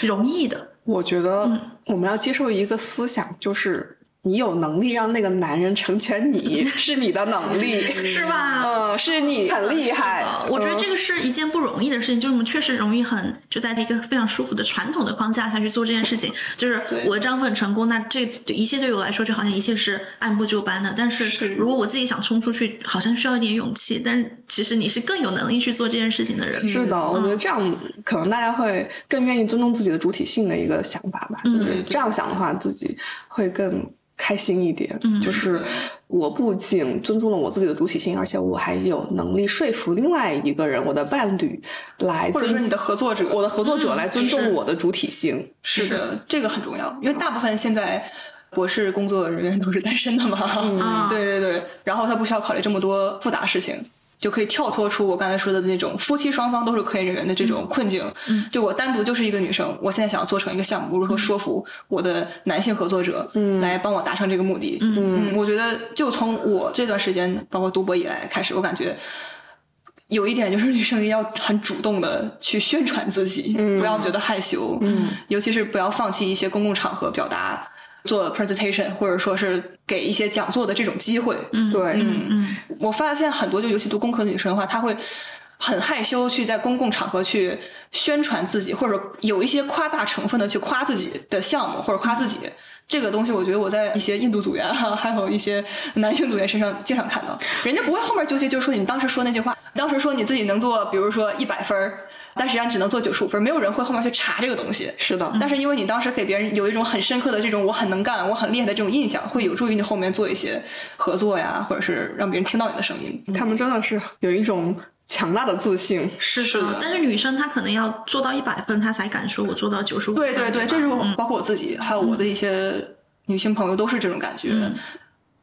A: 容易的。
B: 我觉得
A: 嗯
B: 我们要接受一个思想，就是你有能力让那个男人成全你， 是你的能力，
A: 是吧
B: 嗯，是你很厉害。嗯
A: 我觉得这
B: 个
A: 个是一件不容易的事情，就是我们确实容易很就在一个非常舒服的传统的框架下去做这件事情。就是
C: 对
A: 我的丈夫很成功，那这对一切对我来说就好像一切是按部就班的。但是
C: 是
A: 如果我自己想冲出去，好像需要一点勇气。但是其实你是更有能力去做这件事情的人。
B: 是
C: 嗯
B: 的，我觉得这样可能大家会更愿意尊重自己的主体性的一个想法吧。
A: 嗯
B: 就是这样想的话，自己会更开心一点。
A: 嗯
B: 就是我不仅尊重了我自己的主体性，而且我还有能力说服另外一个人，我的伴侣来尊，
C: 或者说你的合作者，
B: 我的合作者
A: 嗯
B: 来尊
A: 是
B: 重我的主体性。
C: 是的，这个很重要，因为大部分现在博士工作人员都是单身的嘛。
A: 啊
C: 对对对，然后他不需要考虑这么多复杂事情。就可以跳脱出我刚才说的那种夫妻双方都是科研人员的这种困境。
A: 嗯
C: 就我单独就是一个女生，我现在想要做成一个项目，如何说服我的男性合作者，
B: 嗯
C: 来帮我达成这个目的？
B: 嗯
C: 嗯，我觉得就从我这段时间，包括读博以来开始，我感觉有一点就是女生要很主动的去宣传自己，
B: 嗯
C: 不要觉得害羞，
B: 嗯，
C: 尤其是不要放弃一些公共场合表达、做 presentation 或者说是给一些讲座的这种机会。
A: 嗯，
B: 对
A: 嗯嗯
C: 我发现很多就尤其读工科的女生的话，她会。很害羞去在公共场合去宣传自己，或者有一些夸大成分的去夸自己的项目或者夸自己这个东西，我觉得我在一些印度组员啊，还有一些男性组员身上经常看到，人家不会后面纠结，就是说你当时说那句话，当时说你自己能做，比如说一百分儿，但实际上只能做九十五分儿，没有人会后面去查这个东西。
B: 是的，
C: 但是因为你当时给别人有一种很深刻的这种我很能干、我很厉害的这种印象，会有助于你后面做一些合作呀，或者是让别人听到你的声音。
B: 他们真的是有一种强大的自信。
A: 是的。
C: 是的
A: 但是女生她可能要做到一百分，她才敢说我做到九十五。
C: 对对对，
A: 吧嗯
C: 嗯这是我包括我自己，还有我的一些女性朋友都是这种感觉。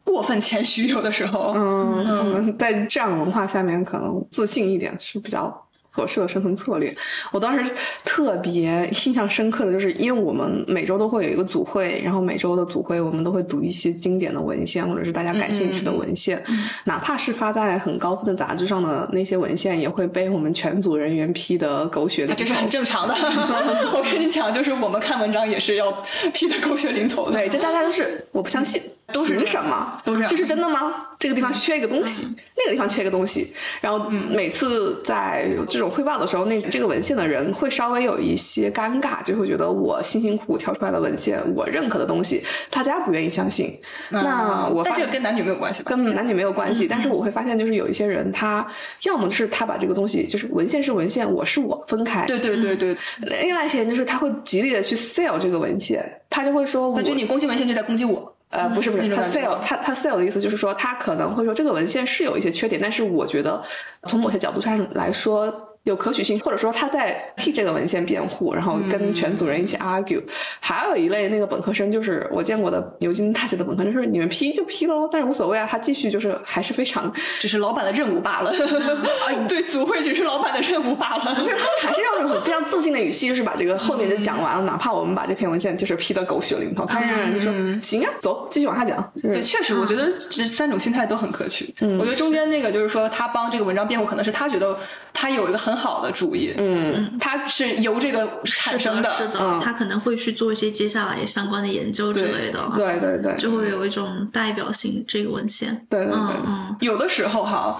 C: 过分谦虚，有的时候，
B: 嗯，可能在这样文化下面，可能自信一点是比较合适的生存策略。我当时特别印象深刻的就是，因为我们每周都会有一个组会，然后每周的组会我们都会读一些经典的文献，或者是大家感兴
C: 嗯
B: 趣的文献，哪怕是发在很高分的杂志上的那些文献，也会被我们全组人员批的狗血淋
C: 哎这
B: 头
C: 是。很正 常的。我跟你讲，就是我们看文章也是要批的狗血淋头的。
B: 对，这大家都是我不相信，都是什么？
C: 都是嗯
B: 这是真的吗？这个地方缺一个东西，那个地方缺一个东西。然后
C: 嗯
B: 每次在有这种汇报的时候，那这个文献的人会稍微有一些尴尬，就会觉得我辛辛苦苦挑出来的文献，我认可的东西，大家不愿意相信。那我
C: 嗯但
B: 发
C: 这个跟男女没有关系吧？
B: 跟男女没有关
C: 嗯
B: 系，但是我会发现，就是有一些人，他要么是他把这个东西，就是文献是文献，我是我分开；
C: 对对对对，
B: 另外一些人就是他会极力的去 sell 这个文献，他就会说我
C: 他觉得你攻击文献就在攻击我。
B: 呃，不是不是，
C: 那种
B: 他
C: 感觉
B: sale 他他 sale 的意思就是说，他可能会说这个文献是有一些缺点，但是我觉得从某些角度上来说有可取性，或者说他在替这个文献辩护，然后跟全组人一起 argue。还有一类那个本科生，就是我见过的牛津大学的本科生，就是你们批就批喽，但是无所谓啊，他继续就是还是非常，
C: 只是老板的任务罢了。 对，组会只是老板的任务罢了。
B: 就是他们还是要用很非常自信的语气，就是把这个后面就讲完了，哪怕我们把这篇文献就是批的狗血淋头，他仍然就说、行啊，走，继续往下讲。就是
C: 对，嗯确实，我觉得这三种心态都很可取。我觉得中间那个就是说，他帮这个文章辩护，可能是他觉得他有一个很好的主意，嗯，他是由这个产生
A: 是的，是的，他可能会去做一些接下来相关的研究之类的，
B: 对对对，
A: 就会有一种代表性这个文献。
B: 对对对
A: 嗯嗯，
C: 有的时候哈，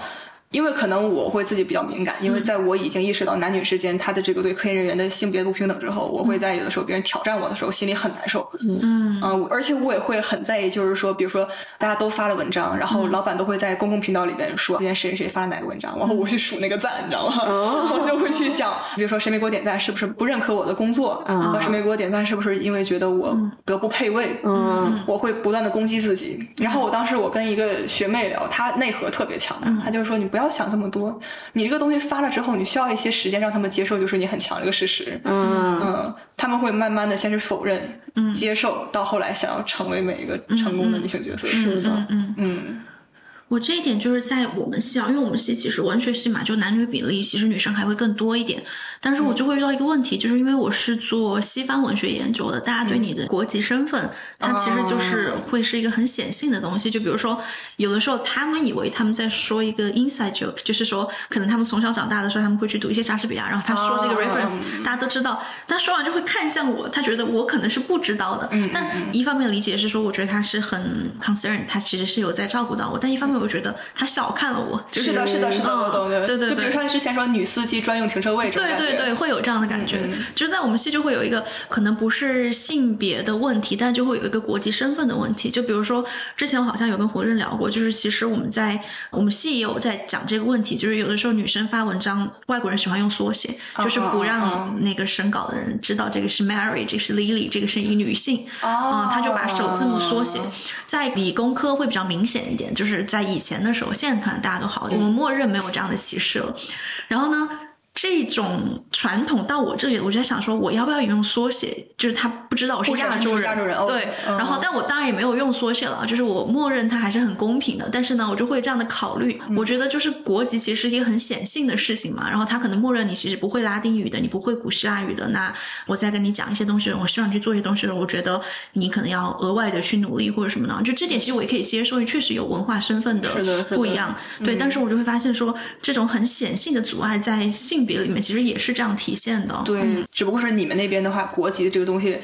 C: 因为可能我会自己比较敏感，因为在我已经意识到男女之间他的这个对科研人员的性别不平等之后，我会在有的时候别人挑战我的时候心里很难受。嗯嗯，而且我也会很在意，就是说，比如说大家都发了文章，然后老板都会在公共频道里面说今天谁谁谁发了哪个文章，然后我去数那个赞，你知道吗？ 我就会去想，比如说谁没给我点赞，是不是不认可我的工作？啊、谁没给我点赞，是不是因为觉得我德不配位？嗯，我会不断的攻击自己。然后我当时我跟一个学妹聊，她内核特别强大，她就是说你不要想这么多，你这个东西发了之后，你需要一些时间让他们接受，就是你很强这个事实。
B: 嗯
C: 嗯，他们会慢慢的先是否认，嗯，接受，到后来想要成为每一个成功的女性角色。是
B: 的，
A: 嗯，
C: 嗯，
A: 我这一点就是在我们系啊，因为我们系其实文学系嘛，就男女比例其实女生还会更多一点，但是我
C: 嗯
A: 就会遇到一个问题，就是因为我是做西方文学研究的，大
C: 嗯
A: 家对你的国籍身份，它其实
C: 哦
A: 就是会是一个很显性的东西。就比如说，有的时候他们以为他们在说一个 inside joke，就是说可能他们从小长大的时候，他们会去读一些莎士比亚，然后他说这个
C: 哦
A: reference，、大家都知道，但说完就会看向我，他觉得我可能是不知道的。
C: 嗯
A: 但一方面理解是说，我觉得他是很 concern，他其实是有在照顾到我，但一方面我觉得他小看了我，就是
C: 的，是的，是的，
A: 嗯
C: 我懂的。
A: 对对对，
C: 就比如说之前说女司机专用停车位这种
A: 对
C: 感觉，嗯
A: 对对，会有这样的感觉。就是在我们系就会有一个可能不是性别的问题，但就会有一个国籍身份的问题。就比如说之前我好像有跟胡润聊过，就是其实我们在我们系也有在讲这个问题，就是有的时候女生发文章，外国人喜欢用缩写，就是不
C: 哦
A: 让那个审稿的人知道这个是 Mary，这个是 Lily，这个是一个女性。
C: 哦
A: 啊、他就把首字母缩写，在理工科会比较明显一点，就是在以前的时候，现在可能大家都
C: 嗯
A: 好，我们默认没有这样的歧视了。然后呢，这种传统到我这里，我就在想说，我要不要引用缩写？就是他不知道我是
C: 不知道
A: 亚
C: 是
A: 洲
C: 不是
A: 人，
C: 亚洲人，OK，
A: 对。
C: 嗯
A: 然后，但我当然也没有用缩写了，啊就是我默认它还是很公平的。但是呢，我就会这样的考虑。我
C: 嗯
A: 觉得就是国籍其实是一个很显性的事情嘛，然后他可能默认你其实不会拉丁语的，你不会古希腊语的，那我再跟你讲一些东西，我希望你去做一些东西，我觉得你可能要额外的去努力或者什么的。就这点其实我也可以接受，因为确实有文化身份的
C: 是的是的嗯
A: 不一样。对，但是我就会发现说，这种很显性的阻碍在性别里面其实也是这样体现的。
C: 对，嗯只不过是你们那边的话，国籍这个东西，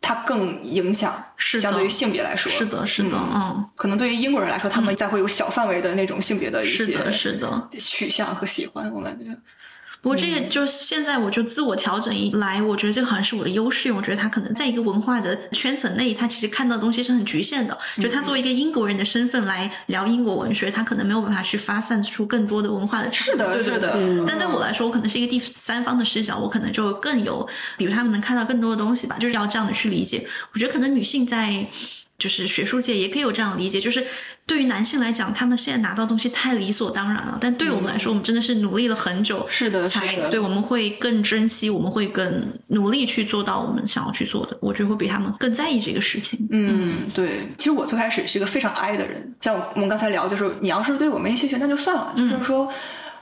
C: 它更影响，
A: 是的
C: 相对于性别来说，
A: 是的，是的，嗯，
C: 可能对于英国人来说，他们再会有小范围的那种性别的一
A: 是
C: 些
A: 的，是的。
C: 取向和喜欢，我感觉。
A: 不过这
C: 嗯
A: 个就是现在我就自我调整以来，我觉得这个好像是我的优势，因为我觉得他可能在一个文化的圈层内，他其实看到的东西是很局限的。就他作
C: 嗯
A: 为一个英国人的身份来聊英国文学，他可能没有办法去发散出更多的文化的差异。
C: 是的
A: 对对
C: 是的
A: 对
C: 嗯
A: 但对我来说，我可能是一个第三方的视角，我可能就更有，比如他们能看到更多的东西吧，就是要这样的去理解。我觉得可能女性在。就是学术界也可以有这样理解，就是对于男性来讲，他们现在拿到东西太理所当然了，但对我们来说，我们真的是努力了很久，
C: 嗯是的
A: 才
C: 是的
A: 对我们会更珍惜，我们会更努力去做到我们想要去做的，我觉得会比他们更在意这个事情。
C: 嗯，对，其实我最开始是一个非常 I 的人，像我们刚才聊，就是你要是对我没兴趣，那就算了，就是说。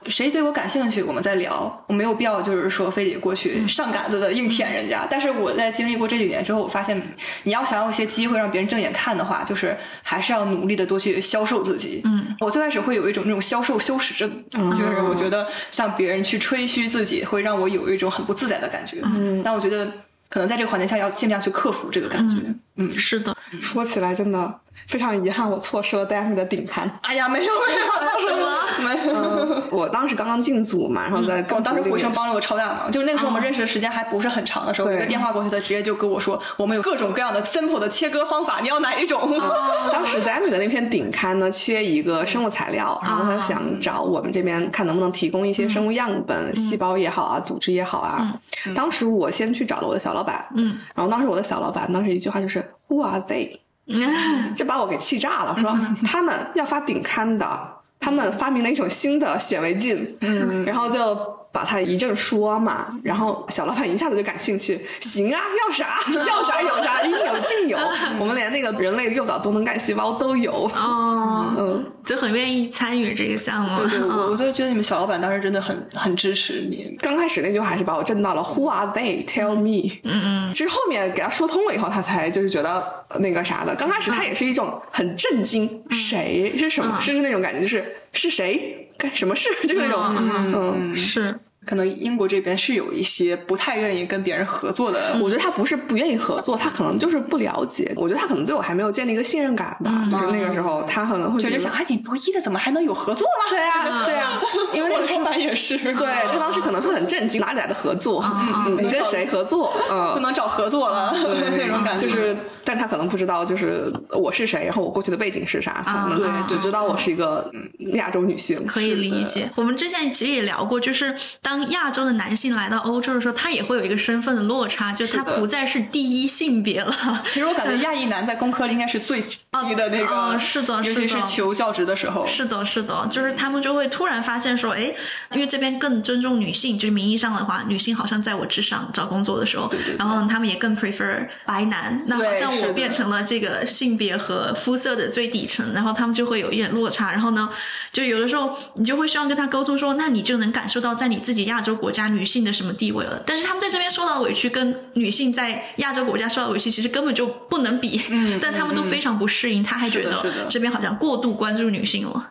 C: 谁对我感兴趣，我们再聊。我没有必要，就是说非得过去上杆子的硬舔人家。但是我在经历过这几年之后，我发现你要想要一些机会让别人正眼看的话，就是还是要努力的多去销售自己。
A: 嗯，
C: 我最开始会有一种那种销售羞耻症，就是我觉得向别人去吹嘘自己，会让我有一种很不自在的感觉。嗯，但我觉得可能在这个环境下要尽量去克服这个感觉。嗯
A: 是的，
B: 说起来真的非常遗憾，我错失了 d a m 的顶盘。
C: 哎呀，没有没有，什么？没有。
B: 嗯， 我当时刚刚进组嘛，然后在
C: 嗯我
B: 跟
C: 当时
B: 组里
C: 回
B: 面
C: 声帮了我超大忙，就是那个时候我们认识的时间还不是很长的时候，
B: 对
C: 一个电话过去，他直接就跟我说，我们有各种各样的 simple 的切割方法，你要哪一种？
B: 当时 d a m 的那篇顶刊呢，缺一个生物材料，然后他想
C: 啊
B: 找我们这边看能不能提供一
C: 嗯
B: 些生物样本，细胞也好啊，组织也好啊。
C: 嗯
B: 当时我先去找了我的小老板，
A: 嗯，
B: 然后当时我的小老板当时一句话就是 Who are they？这
C: 嗯
B: 把我给气炸了，说他们要发顶刊的，他们发明了一种新的显微镜，嗯，然后就把他一阵说嘛，然后小老板一下子就感兴趣，行啊，要 啥要啥有啥，应有尽有，我们连那个人类诱导多能干细胞都有，
A: 哦，
B: 嗯，
A: 就很愿意参与这个项目。 嗯
C: 对 对，我我就觉得你们小老板当时真的很很支持你。
B: 刚开始那句话还是把我震到了，Who are they? Tell me。
A: 嗯
B: 其实后面给他说通了以后，他才就是觉得那个啥的。刚开始他也是一种很震惊，
C: 嗯
B: 谁是什么，
A: 嗯
B: 是那种感觉，就是是谁干什么事， 就是那种
A: 嗯
B: 嗯。
A: 嗯，是，
C: 可能英国这边是有一些不太愿意跟别人合作的，
B: 我觉得他不是不愿意合作，他可能就是不了解。我觉得他可能对我还没有建立一个信任感
C: 嗯
B: 吧。就是那个时候，他可能会
C: 就
B: 觉
C: 就
B: 得啊
C: 想，哎，你博一的怎么还能有合作了？
B: 对啊，对 啊，因为那
C: 我
B: 个
C: 的
B: 时
C: 老
B: 候，
C: 板也是，
B: 对他当时可能会很震惊，哪里来的合作？嗯， 你跟谁合作？
C: 不
B: 嗯，
C: 能找合作 了那种感觉，
B: 就是，但他可能不知道，就是我是谁，然后我过去的背景是啥，他可能
A: 啊对
B: 只只知道我是一个嗯亚洲女性。
A: 可以理解。我们之前其实也聊过，就是当亚洲的男性来到欧洲的时候，他也会有一个身份的落差，就他
C: 是的
A: 不再是第一性别 了。
C: 其实我感觉亚裔男在工科里应该是最低的那个，
A: 啊是的
C: 尤其
A: 是
C: 是
A: 的
C: 求教职的时候，
A: 是的，是的，就是他们就会突然发现说，哎，因为这边更尊重女性，就是名义上的话，女性好像在我之上。找工作的时候，
C: 对对
A: 然后呢他们也更 prefer 白男，那好
C: 对
A: 像
C: 是
A: 我
C: 的
A: 变成了这个性别和肤色的最底层，然后他们就会有一点落差。然后呢，就有的时候你就会希望跟他沟通说，那你就能感受到在你自己亚洲国家女性的什么地位了。但是他们在这边受到的委屈，跟女性在亚洲国家受到的委屈其实根本就不能比。嗯，但他们都非常不适应，他还觉
C: 是的是
A: 得
C: 的
A: 这边好像过度关注女性了。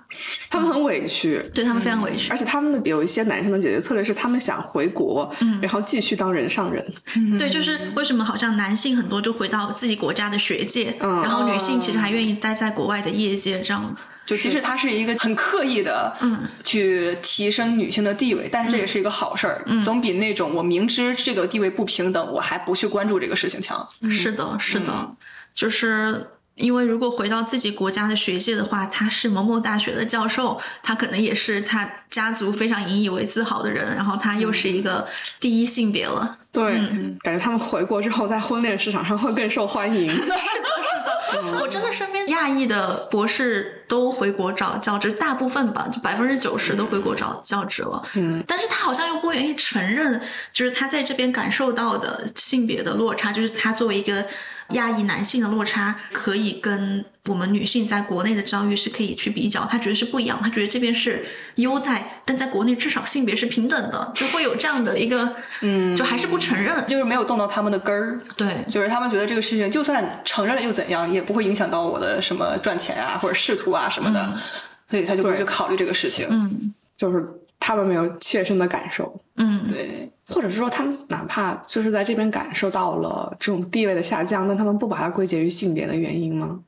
B: 他们很委屈，嗯
A: 对他们非常委屈。
B: 而且他们的有一些男生的解决策略是，他们想回国，
A: 嗯
B: 然后继续当人上人。
C: 嗯
A: 对，就是为什么好像男性很多就回到自己国家的学界，
B: 嗯
A: 然后女性其实还愿意待在国外的业界这样。
C: 就即使他是一个很刻意的，
A: 嗯，
C: 去提升女性的地位，但是这也是一个好事儿，总比那种我明知这个地位不平等，我还不去关注这个事情强。
A: 是
C: 嗯
A: 的，是的，就是。因为如果回到自己国家的学界的话，他是某某大学的教授，他可能也是他家族非常引以为自豪的人，然后他又是一
C: 嗯
A: 个第一性别了，
B: 对，
A: 嗯
B: 感觉他们回国之后在婚恋市场上会更受欢迎。
A: 我真的身边亚裔的博士都回国找教职，大部分吧，就百分之九十都回国找教职了。
B: 嗯，
A: 但是他好像又不愿意承认，就是他在这边感受到的性别的落差，就是他作为一个亚裔男性的落差，可以跟我们女性在国内的遭遇是可以去比较，他觉得是不一样，他觉得这边是优待，但在国内至少性别是平等的，就会有这样的一个，
C: 嗯
A: 就还是不承认。
C: 就是没有动到他们的根儿，
A: 对，
C: 就是他们觉得这个事情就算承认了又怎样，也不会影响到我的什么赚钱啊或者仕途啊什么的，所以他就不会去考虑这个事情。
A: 嗯
B: 就是他们没有切身的感受，
A: 嗯，
C: 对，
B: 或者是说他们哪怕就是在这边感受到了这种地位的下降，但他们不把它归结于性别的原因吗？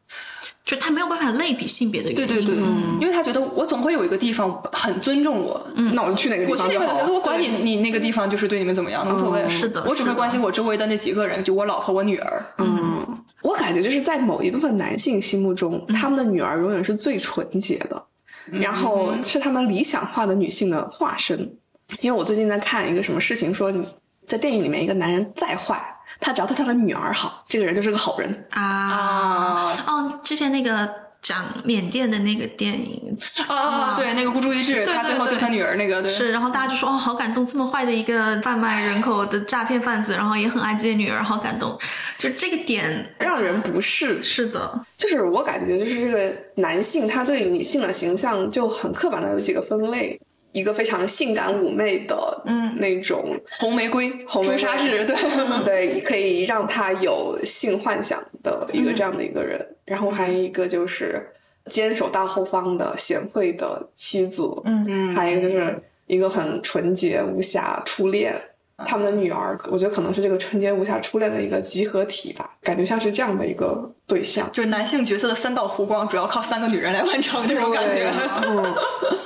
A: 就他没有办法类比性别的原
C: 对
A: 因。
C: 对对，嗯因为他觉得我总会有一个地方很尊重我，
B: 那我就去哪个地
C: 我去
B: 方
C: 那
B: 就
C: 边，我
B: 好
C: 觉得
B: 了。
C: 我管你你那个地方就是对你们怎么样的无所谓。
B: 嗯
A: 是的
C: 我只
A: 是
C: 会
A: 的
C: 关心我周围的那几个人，就我老婆、我女儿。
B: 嗯，我感觉就是在某一部分男性心目中，他们的女儿永远是最纯洁的，然后是他们理想化的女性的化身。因为我最近在看一个什么事情，说你在电影里面一个男人再坏，
D: 他只要对他的女儿好，这个人就是个好人。
A: 啊哦，之前那个讲缅甸的那个电影
C: 啊啊！对，那个孤注一掷，
A: 对
C: 他
A: 对
C: 最后
A: 对
C: 救他女儿那个，对，
A: 是，然后大家就说哦，好感动，这么坏的一个贩卖人口的诈骗贩子，然后也很爱自己的女儿，好感动。就这个点
D: 让人不适，
A: 是的，
D: 就是我感觉，就是这个男性他对女性的形象就很刻板的有几个分类，一个非常性感妩媚的，
A: 嗯
D: 那种
C: 红玫瑰，
D: 红玫
C: 朱
D: 瑰
C: 砂痣，对，
D: 对，可以让他有性幻想的一个这样的一个人。
A: 嗯
D: 然后还有一个就是坚守大后方的贤惠的妻子，
C: 嗯
D: 还有一个就是一个很纯洁无瑕初恋。
A: 嗯
D: 他们的女儿，我觉得可能是这个纯洁无瑕初恋的一个集合体吧，感觉像是这样的一个对象。
C: 就是男性角色的三道弧光，主要靠三个女人来完成这种感觉。
D: 嗯，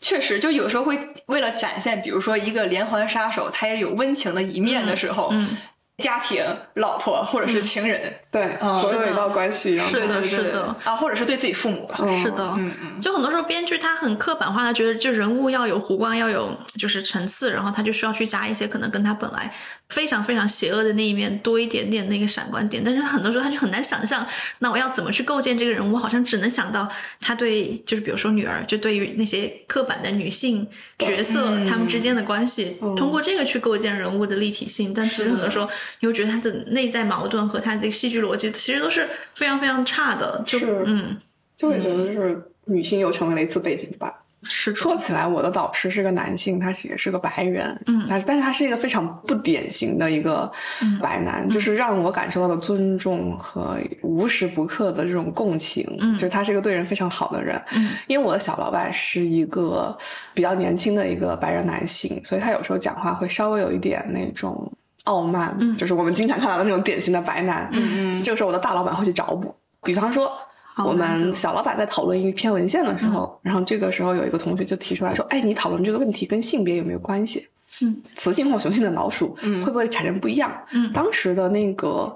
C: 确实，就有时候会为了展现，比如说一个连环杀手，他也有温情的一面的时候，
A: 嗯，
C: 家庭、老婆或者是情人，
D: 对
C: 嗯，
D: 总有
A: 是的
D: 一道关系让
C: 对
A: 是的
C: 对对
A: 是的
C: 啊，或者是对自己父母吧。
D: 嗯
A: 是的，
C: 嗯嗯，
A: 就很多时候编剧他很刻板化，他觉得就人物要有弧光，要有就是层次，然后他就需要去加一些可能跟他本来非常非常邪恶的那一面多一点点那个闪光点。但是很多时候他就很难想象，那我要怎么去构建这个人物？我好像只能想到他对，就是比如说女儿，就对于那些刻板的女性角色，
C: 嗯
A: 她们之间的关系，
D: 嗯
A: 通过这个去构建人物的立体性。但其实很多时候，你会觉得他的内在矛盾和他的戏剧逻辑其实都是非常非常差的。就是嗯，
D: 就会觉得就是女性又成为了一次背景板。
A: 是的
B: 说起来，我的导师是个男性，他是也是个白人，
A: 嗯
B: 他是但是他是一个非常不典型的一个白
A: 嗯
B: 男，就是让我感受到的尊重和无时不刻的这种共情，
A: 嗯
B: 就是他是一个对人非常好的人，
A: 嗯
B: 因为我的小老板是一个比较年轻的一个白人男性，所以他有时候讲话会稍微有一点那种傲慢，
A: 嗯
B: 就是我们经常看到的那种典型的白男，
A: 嗯
B: 这个时候我的大老板会去找补，比方说。
A: 好嗯
B: 我
A: 难得
B: 们小老板在讨论一篇文献的时候，然后这个时候有一个同学就提出来说：“哎，你讨论这个问题跟性别有没有关系？
A: 嗯，
B: 雌性或雄性的老鼠
C: 嗯
B: 会不会产生不一样？”
A: 嗯
B: 当时的那个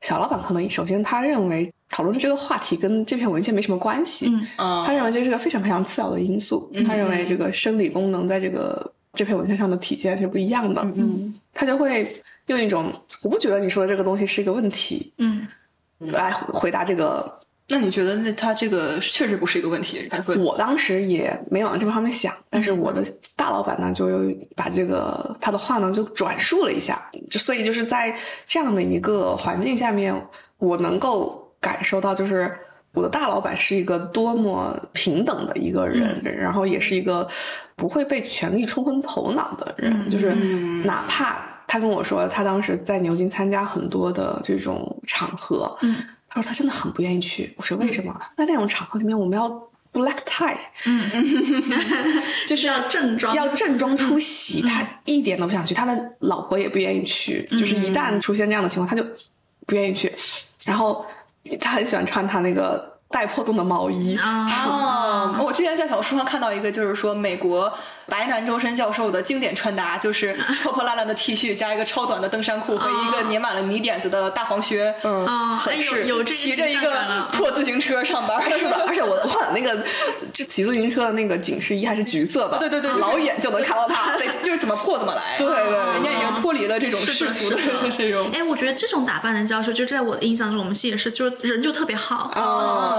B: 小老板可能首先他认为讨论这个话题跟这篇文献没什么关系，
A: 嗯
C: 啊
B: 他认为这是个非常非常次要的因素。他认为这个生理功能在这个这篇文献上的体现是不一样的。
A: 嗯
B: 他就会用一种我不觉得你说的这个东西是一个问题
A: 嗯
B: 来回答这个。
C: 那你觉得那他这个确实不是一个问题？他会
B: 我当时也没往这方面想，但是我的大老板呢，就有把这个他的话呢就转述了一下，就所以就是在这样的一个环境下面，我能够感受到就是。我的大老板是一个多么平等的一个人，
A: 嗯
B: 然后也是一个不会被权力冲昏头脑的人，
A: 嗯
B: 就是
C: 嗯
B: 哪怕他跟我说他当时在牛津参加很多的这种场合，
A: 嗯
B: 他说他真的很不愿意去。我说为什么？在那种场合里面，我们要 black tie，
A: 嗯，
B: 就是
A: 要正
C: 啊
A: 装，
B: 要正装出
C: 嗯
B: 席。他一点都不想去，他的老婆也不愿意去。
C: 嗯
B: 就是一旦出现这样的情况，他就不愿意去。然后他很喜欢穿他那个带破洞的毛衣。
A: 啊，
C: 啊！我之前在小红书上看到一个，就是说美国白男周深教授的经典穿搭就是破破烂烂的 T 恤加一个超短的登山裤和一个粘满了泥点子的大黄靴，嗯
A: 啊
C: 很
A: 哎有
C: 是
A: 有这个
C: 骑
A: 形
C: 着一
A: 象感
C: 个
A: 了
C: 破自行车上班，
B: 是的，而且我我换那个就骑自行车的那个警示衣还是橘色的，
C: 对对对，
B: 老远就能看到他。
C: 他， 对，就是怎么破怎么来，啊
B: 对对对
C: 人家已经脱离了这种世俗的
A: 是的是的
C: 这种。
A: 哎，我觉得这种打扮的教授，就在我的印象中，我们系也是，就是人就特别好。嗯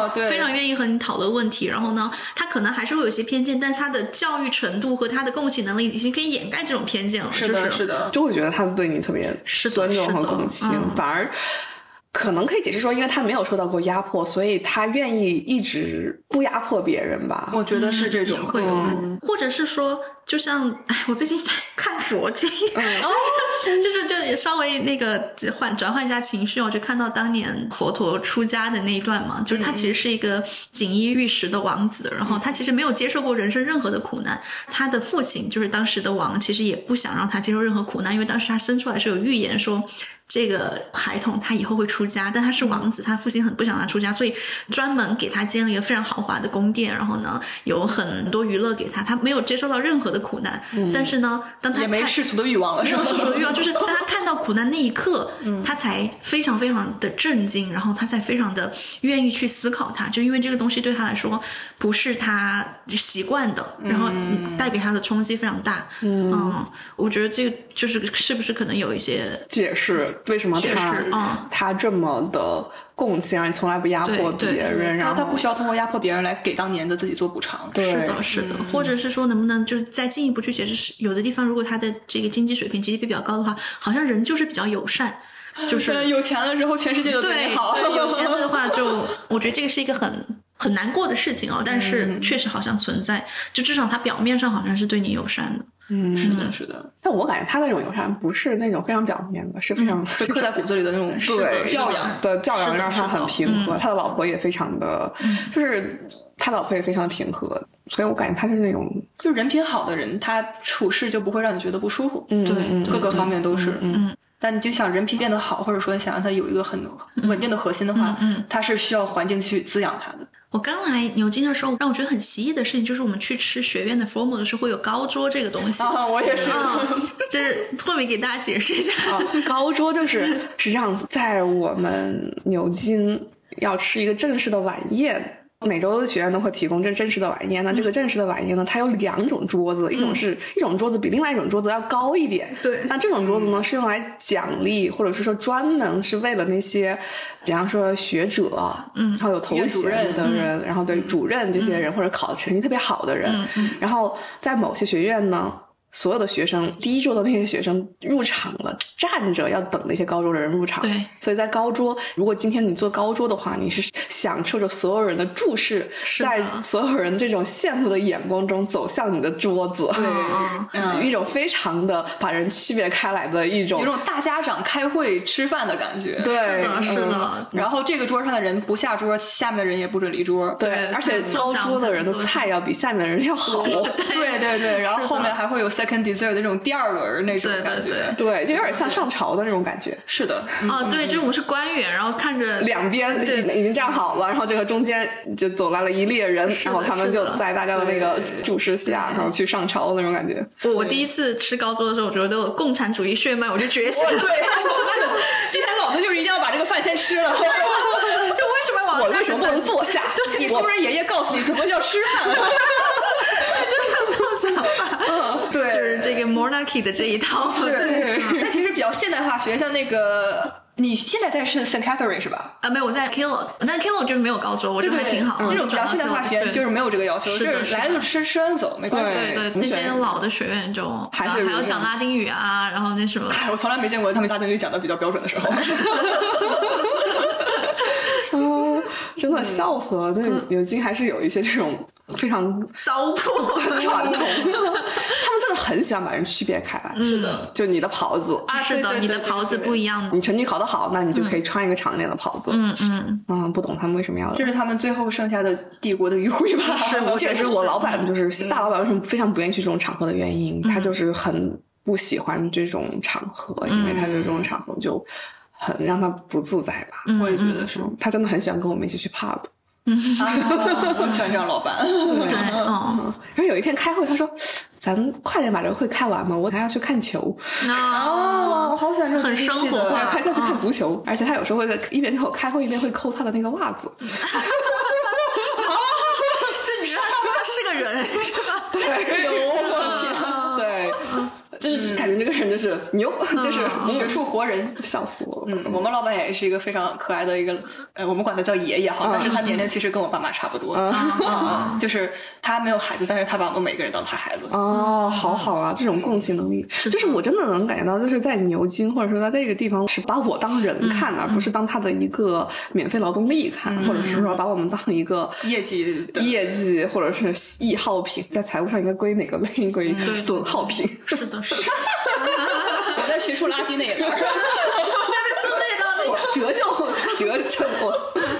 C: 哦，对，
A: 非常愿意和你讨论问题，然后呢，他可能还是会有一些偏见，但他的教育程度和他的共情能力已经可以掩盖这种偏见了。
C: 是
A: 就
C: 的，
A: 是
C: 是的，
B: 就会觉得他对你特别
A: 是的
B: 尊重
A: 是
B: 和
A: 的
B: 共情，
A: 嗯
B: 反而可能可以解释说，因为他没有受到过压迫，所以他愿意一直不压迫别人吧。
C: 我觉得是这种
A: 嗯
C: 嗯
A: 也。会有，嗯或者是说，就像哎，我最近在看佛经，
C: 嗯
A: 就是就是就也稍微那个换转换一下情绪哦，我就看到当年佛陀出家的那一段嘛，就是他其
C: 嗯
A: 实是一个锦衣玉食的王子，然后他其实没有接受过人生任何的苦难，他的父亲就是当时的王，其实也不想让他接受任何苦难，因为当时他生出来是有预言说。这个孩童他以后会出家，但他是王子，他父亲很不想他出家，所以专门给他建了一个非常豪华的宫殿，然后呢有很多娱乐给他，他没有接受到任何的苦难，但是呢，当他
C: 嗯也没
A: 看
C: 世俗的欲望了，
A: 没
C: 是
A: 有
C: 吧？
A: 世俗的欲望，就是当他看到苦难那一刻，他才非常非常的震惊，然后他才非常的愿意去思考它，就因为这个东西对他来说不是他习惯的，然后嗯带给他的冲击非常大。嗯，我觉得这个就是是不是可能有一些
B: 解释为什么
A: 解
B: 他
A: 释啊
B: 他这么的共情，而且从来不压迫
A: 对
B: 别
A: 对
B: 人，然
C: 他
B: 后
C: 他不需要通过压迫别人来给当年的自己做补偿。
B: 对
A: 是的，是的，或者是说能不能就是再进一步去解释是，有的地方如果他的这个经济水平 GDP 比较高的话，好像人就是比较友善，就是
C: 嗯有钱了之后，全世界都对
A: 对，
C: 你好。
A: 对有钱了的话就，我觉得这个是一个很很难过的事情哦，但是确实好像存在，就至少它表面上好像是对你友善的。
B: 嗯
C: 是的，是的，
B: 但我感觉他那种友善不是那种非常表面的，是非常、
C: 就刻在骨子里的那种
B: 嗯对
C: 教养。
B: 的教
A: 是
B: 养
A: 的
B: 让他
A: 是的嗯
B: 很平和，他的老婆也非常的，就是他老婆也非常平和，所以我感觉他是那种
C: 就人品好的人，他处事就不会让你觉得不舒服，
B: 嗯
A: 对
B: 嗯
C: 各个方面都是。
B: 嗯
A: 嗯
C: 但你就想人品变得好，或者说想让他有一个很稳定的核心的话，
A: 嗯嗯
C: 他是需要环境去滋养他的。
A: 我刚来牛津的时候，让我觉得很奇异的事情就是，我们去吃学院的 formal 的时候会有高桌这个东西。
C: 啊，我也是，
A: 嗯，就是慧敏给大家解释一下。
B: 哦 高桌就是是这样子，在我们牛津要吃一个正式的晚宴。每周的学院都会提供这正式的晚宴，那
C: 嗯
B: 这个正式的晚宴呢，它有两种桌子，一种是一种桌子比另外一种桌子要高一点，
A: 对
B: 那这种桌子
C: 嗯
B: 呢，是用来奖励，或者是说专门是为了那些，比方说学者，
A: 嗯
B: 然后有头
C: 院主
B: 衔
C: 任嗯
B: 的人，然后对主任这些人，或者考的成绩特别好的人，
A: 嗯嗯
B: 然后在某些学院呢，所有的学生第一桌的那些学生入场了，站着要等那些高桌的人入场。
A: 对，
B: 所以在高桌，如果今天你坐高桌的话，你是享受着所有人的注视，
A: 的
B: 在所有人这种羡慕的眼光中走向你的桌子。
A: 嗯
C: 嗯
B: 一种非常的把人区别开来的一种，
C: 有种大家长开会吃饭的感觉。
B: 对，
A: 是的，哦是
B: 嗯
A: 的，
C: 然后这个桌上的人不下桌，下面的人也不准离桌。
B: 对
A: 对，
B: 而且高桌的人的菜要比下面的人要好。
C: 对对对，然后后面还会有 second dessert 的那种第二轮那种
A: 对对
C: 感觉。
A: 对
B: 对，就有点像上朝的那种感觉，
C: 是的，
A: 啊，对，就是我们是官员，然后看着
B: 两边已
A: 对
B: 已经站好了，然后这个中间就走来了一列人，
A: 的
B: 然后他们
A: 是
B: 就
A: 的
B: 在大家的那个
C: 对对
B: 注视下，然后去上朝的那种感觉。
A: 我我第一次吃高桌的时候，我觉得我共产主义血脉我就觉醒了，
C: 今天老子就是一定要把这个饭先吃了。
A: 就为什么往
B: 我
A: 这
B: 为什么不能坐下？
C: 你
B: 我
C: 工人爷爷告诉你怎么叫吃饭。
A: 做想法？嗯，
B: 对
A: 就是这个 monarchy 的这一套，对。
C: 那其实比较现代化学，像那个你现在在是 Saint Catherine 是吧？
A: 啊，没有，我在 Kilo，但 Kilo 就没有高桌，我觉得还挺好。嗯
C: 这种比较现代化学就是没有这个要求，
A: 是的
C: 就是来了就吃，吃完走，没关系。
A: 对对
B: 我
A: 对，
B: 们
A: 那些
B: 选
A: 老的学院中，
B: 还
A: 然后
B: 是
A: 还要
B: 如
A: 讲
B: 这
A: 拉丁语啊，然后那什么，
C: 哎，我从来没见过他们拉丁语讲的比较标准的时候。
B: 哦，真的笑死了。对，
A: 嗯
B: 牛津还是有一些这种非常
A: 糟粕
B: 传统， 他们真的很喜欢把人区别开来。
A: 是的，
B: 就你的袍子，
C: 啊
A: 是的，
C: 对对对
A: 你的
C: 对
A: 袍子
C: 对
A: 不一样的。
B: 你成绩考得好，那你就可以穿一个长一点的袍子。
A: 嗯嗯，
B: 嗯，不懂他们为什么要
C: 这是他们最后剩下的帝国的余晖吧？哦是 嗯
B: 这也是我老板，就是大老板为什么非常不愿意去这种场合的原因，他就是很不喜欢这种场合，因为他觉得这
C: 嗯
B: 种场合就很让他不自在吧。
A: 嗯
C: 我也觉得是。
B: 嗯，他真的很喜欢跟我们一起去 pub。
C: 啊我喜欢这样老板。
A: 对哦，
B: 嗯，然后有一天开会，他说：“咱快点把这个会开完嘛，我还要去看球。”
A: 那
C: 哦我好喜欢这种
A: 很生活
C: 啊
A: 化，
B: 他要去看足球，而且他有时候会在一边跟我开会，一边会抠他的那个袜子。
A: 就你知道他 是个 人是吧？
C: 哦
B: 对，
C: 嗯
B: 就是感觉这个人就是牛，就是
C: 学术活人。
B: 笑死我了。
C: 嗯，我们老板也是一个非常可爱的一个，呃，我们管他叫爷爷哈，但是
A: 嗯
C: 他年龄其实跟我爸妈差不多，嗯就是他没有孩子，但是他把我们每个人当他孩子。
B: 哦，好好啊，这种共情能力，就是我真的能感觉到，就是在牛津或者说在这个地方是把我当人看，啊而
C: 嗯
B: 不是当他的一个免费劳动力看，啊或者是说把我们当一个
C: 业绩的
B: 业绩或者是易耗品，在财务上应该归哪个类？归
C: 嗯
B: 损耗品。
A: 是的，是的，嗯
C: 我在学术垃圾那一 边儿，
A: 累到那个。
B: 折旧，折旧，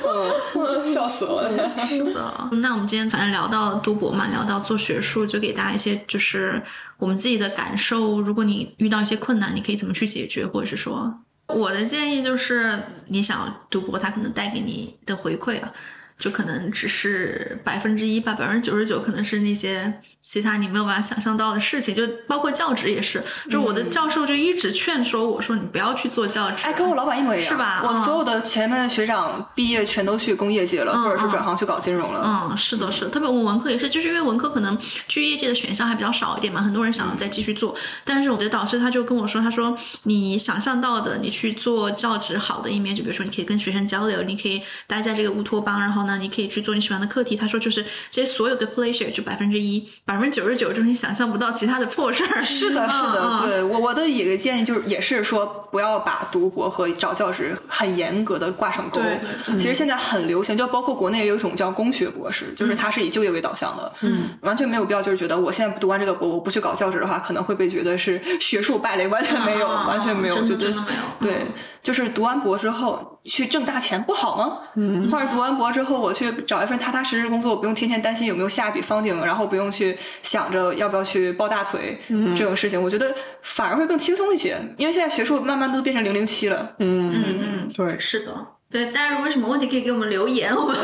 B: 嗯
C: 笑死我了。
A: 是的，那我们今天反正聊到读博嘛，聊到做学术，就给大家一些就是我们自己的感受。如果你遇到一些困难，你可以怎么去解决，或者是说，我的建议就是，你想读博，它可能带给你的回馈啊，就可能只是百分之一吧，百分之九十九可能是那些其他你没有办法想象到的事情，就包括教职也是。就我的教授就一直劝说我说，你不要去做教职。
C: 嗯哎，跟我老板一模一样，
A: 是吧
C: 我
A: 嗯
C: 所有的前面的学长毕业全都去工业界了，
A: 嗯
C: 或者是
A: 嗯
C: 转行去搞金融了。
A: 嗯，是的，是的，特别我们文科也是，就是因为文科可能去业界的选项还比较少一点嘛，很多人想要再继续做。但是我的导师他就跟我说，他说你想象到的，你去做教职好的一面，就比如说你可以跟学生交流，你可以待在这个乌托邦，然后呢，你可以去做你喜欢的课题。他说就是这些所有的 pleasure 就百分之一，百分之九十九就是你想象不到其他的破事儿。
C: 是的，是的，
A: 嗯嗯
C: 对我我的一个建议就是，也是说不要把读博和找教职很严格的挂上钩。
A: 对嗯
C: 其实现在很流行，就包括国内也有一种叫工学博士，
A: 嗯
C: 就是它是以就业为导向的，嗯，完全没有必要，就是觉得我现在读完这个博，我不去搞教职的话，可能会被觉得是学术败类，完全 没有，
A: 啊
C: 完全没有，
A: 真的
C: 觉得
A: 真的没有
C: 对，就是读完博之后去挣大钱不好吗？嗯，或者读完博之后我去找一份踏踏实实工作，我不用天天担心有没有下一笔 funding，然后不用去想着要不要去抱大腿、
A: 嗯
C: 这种事情，我觉得反而会更轻松一些，因为现在学术慢慢都变成零零七了。
E: 嗯，
A: 嗯嗯。
E: 对，
A: 是的，对，大家如果有什么问题可以给我们 留言，我们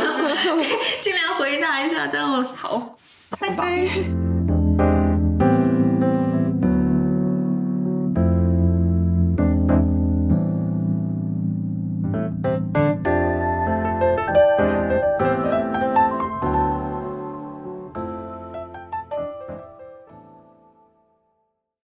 A: 尽量回答一下。但我
C: 好，
E: 很棒。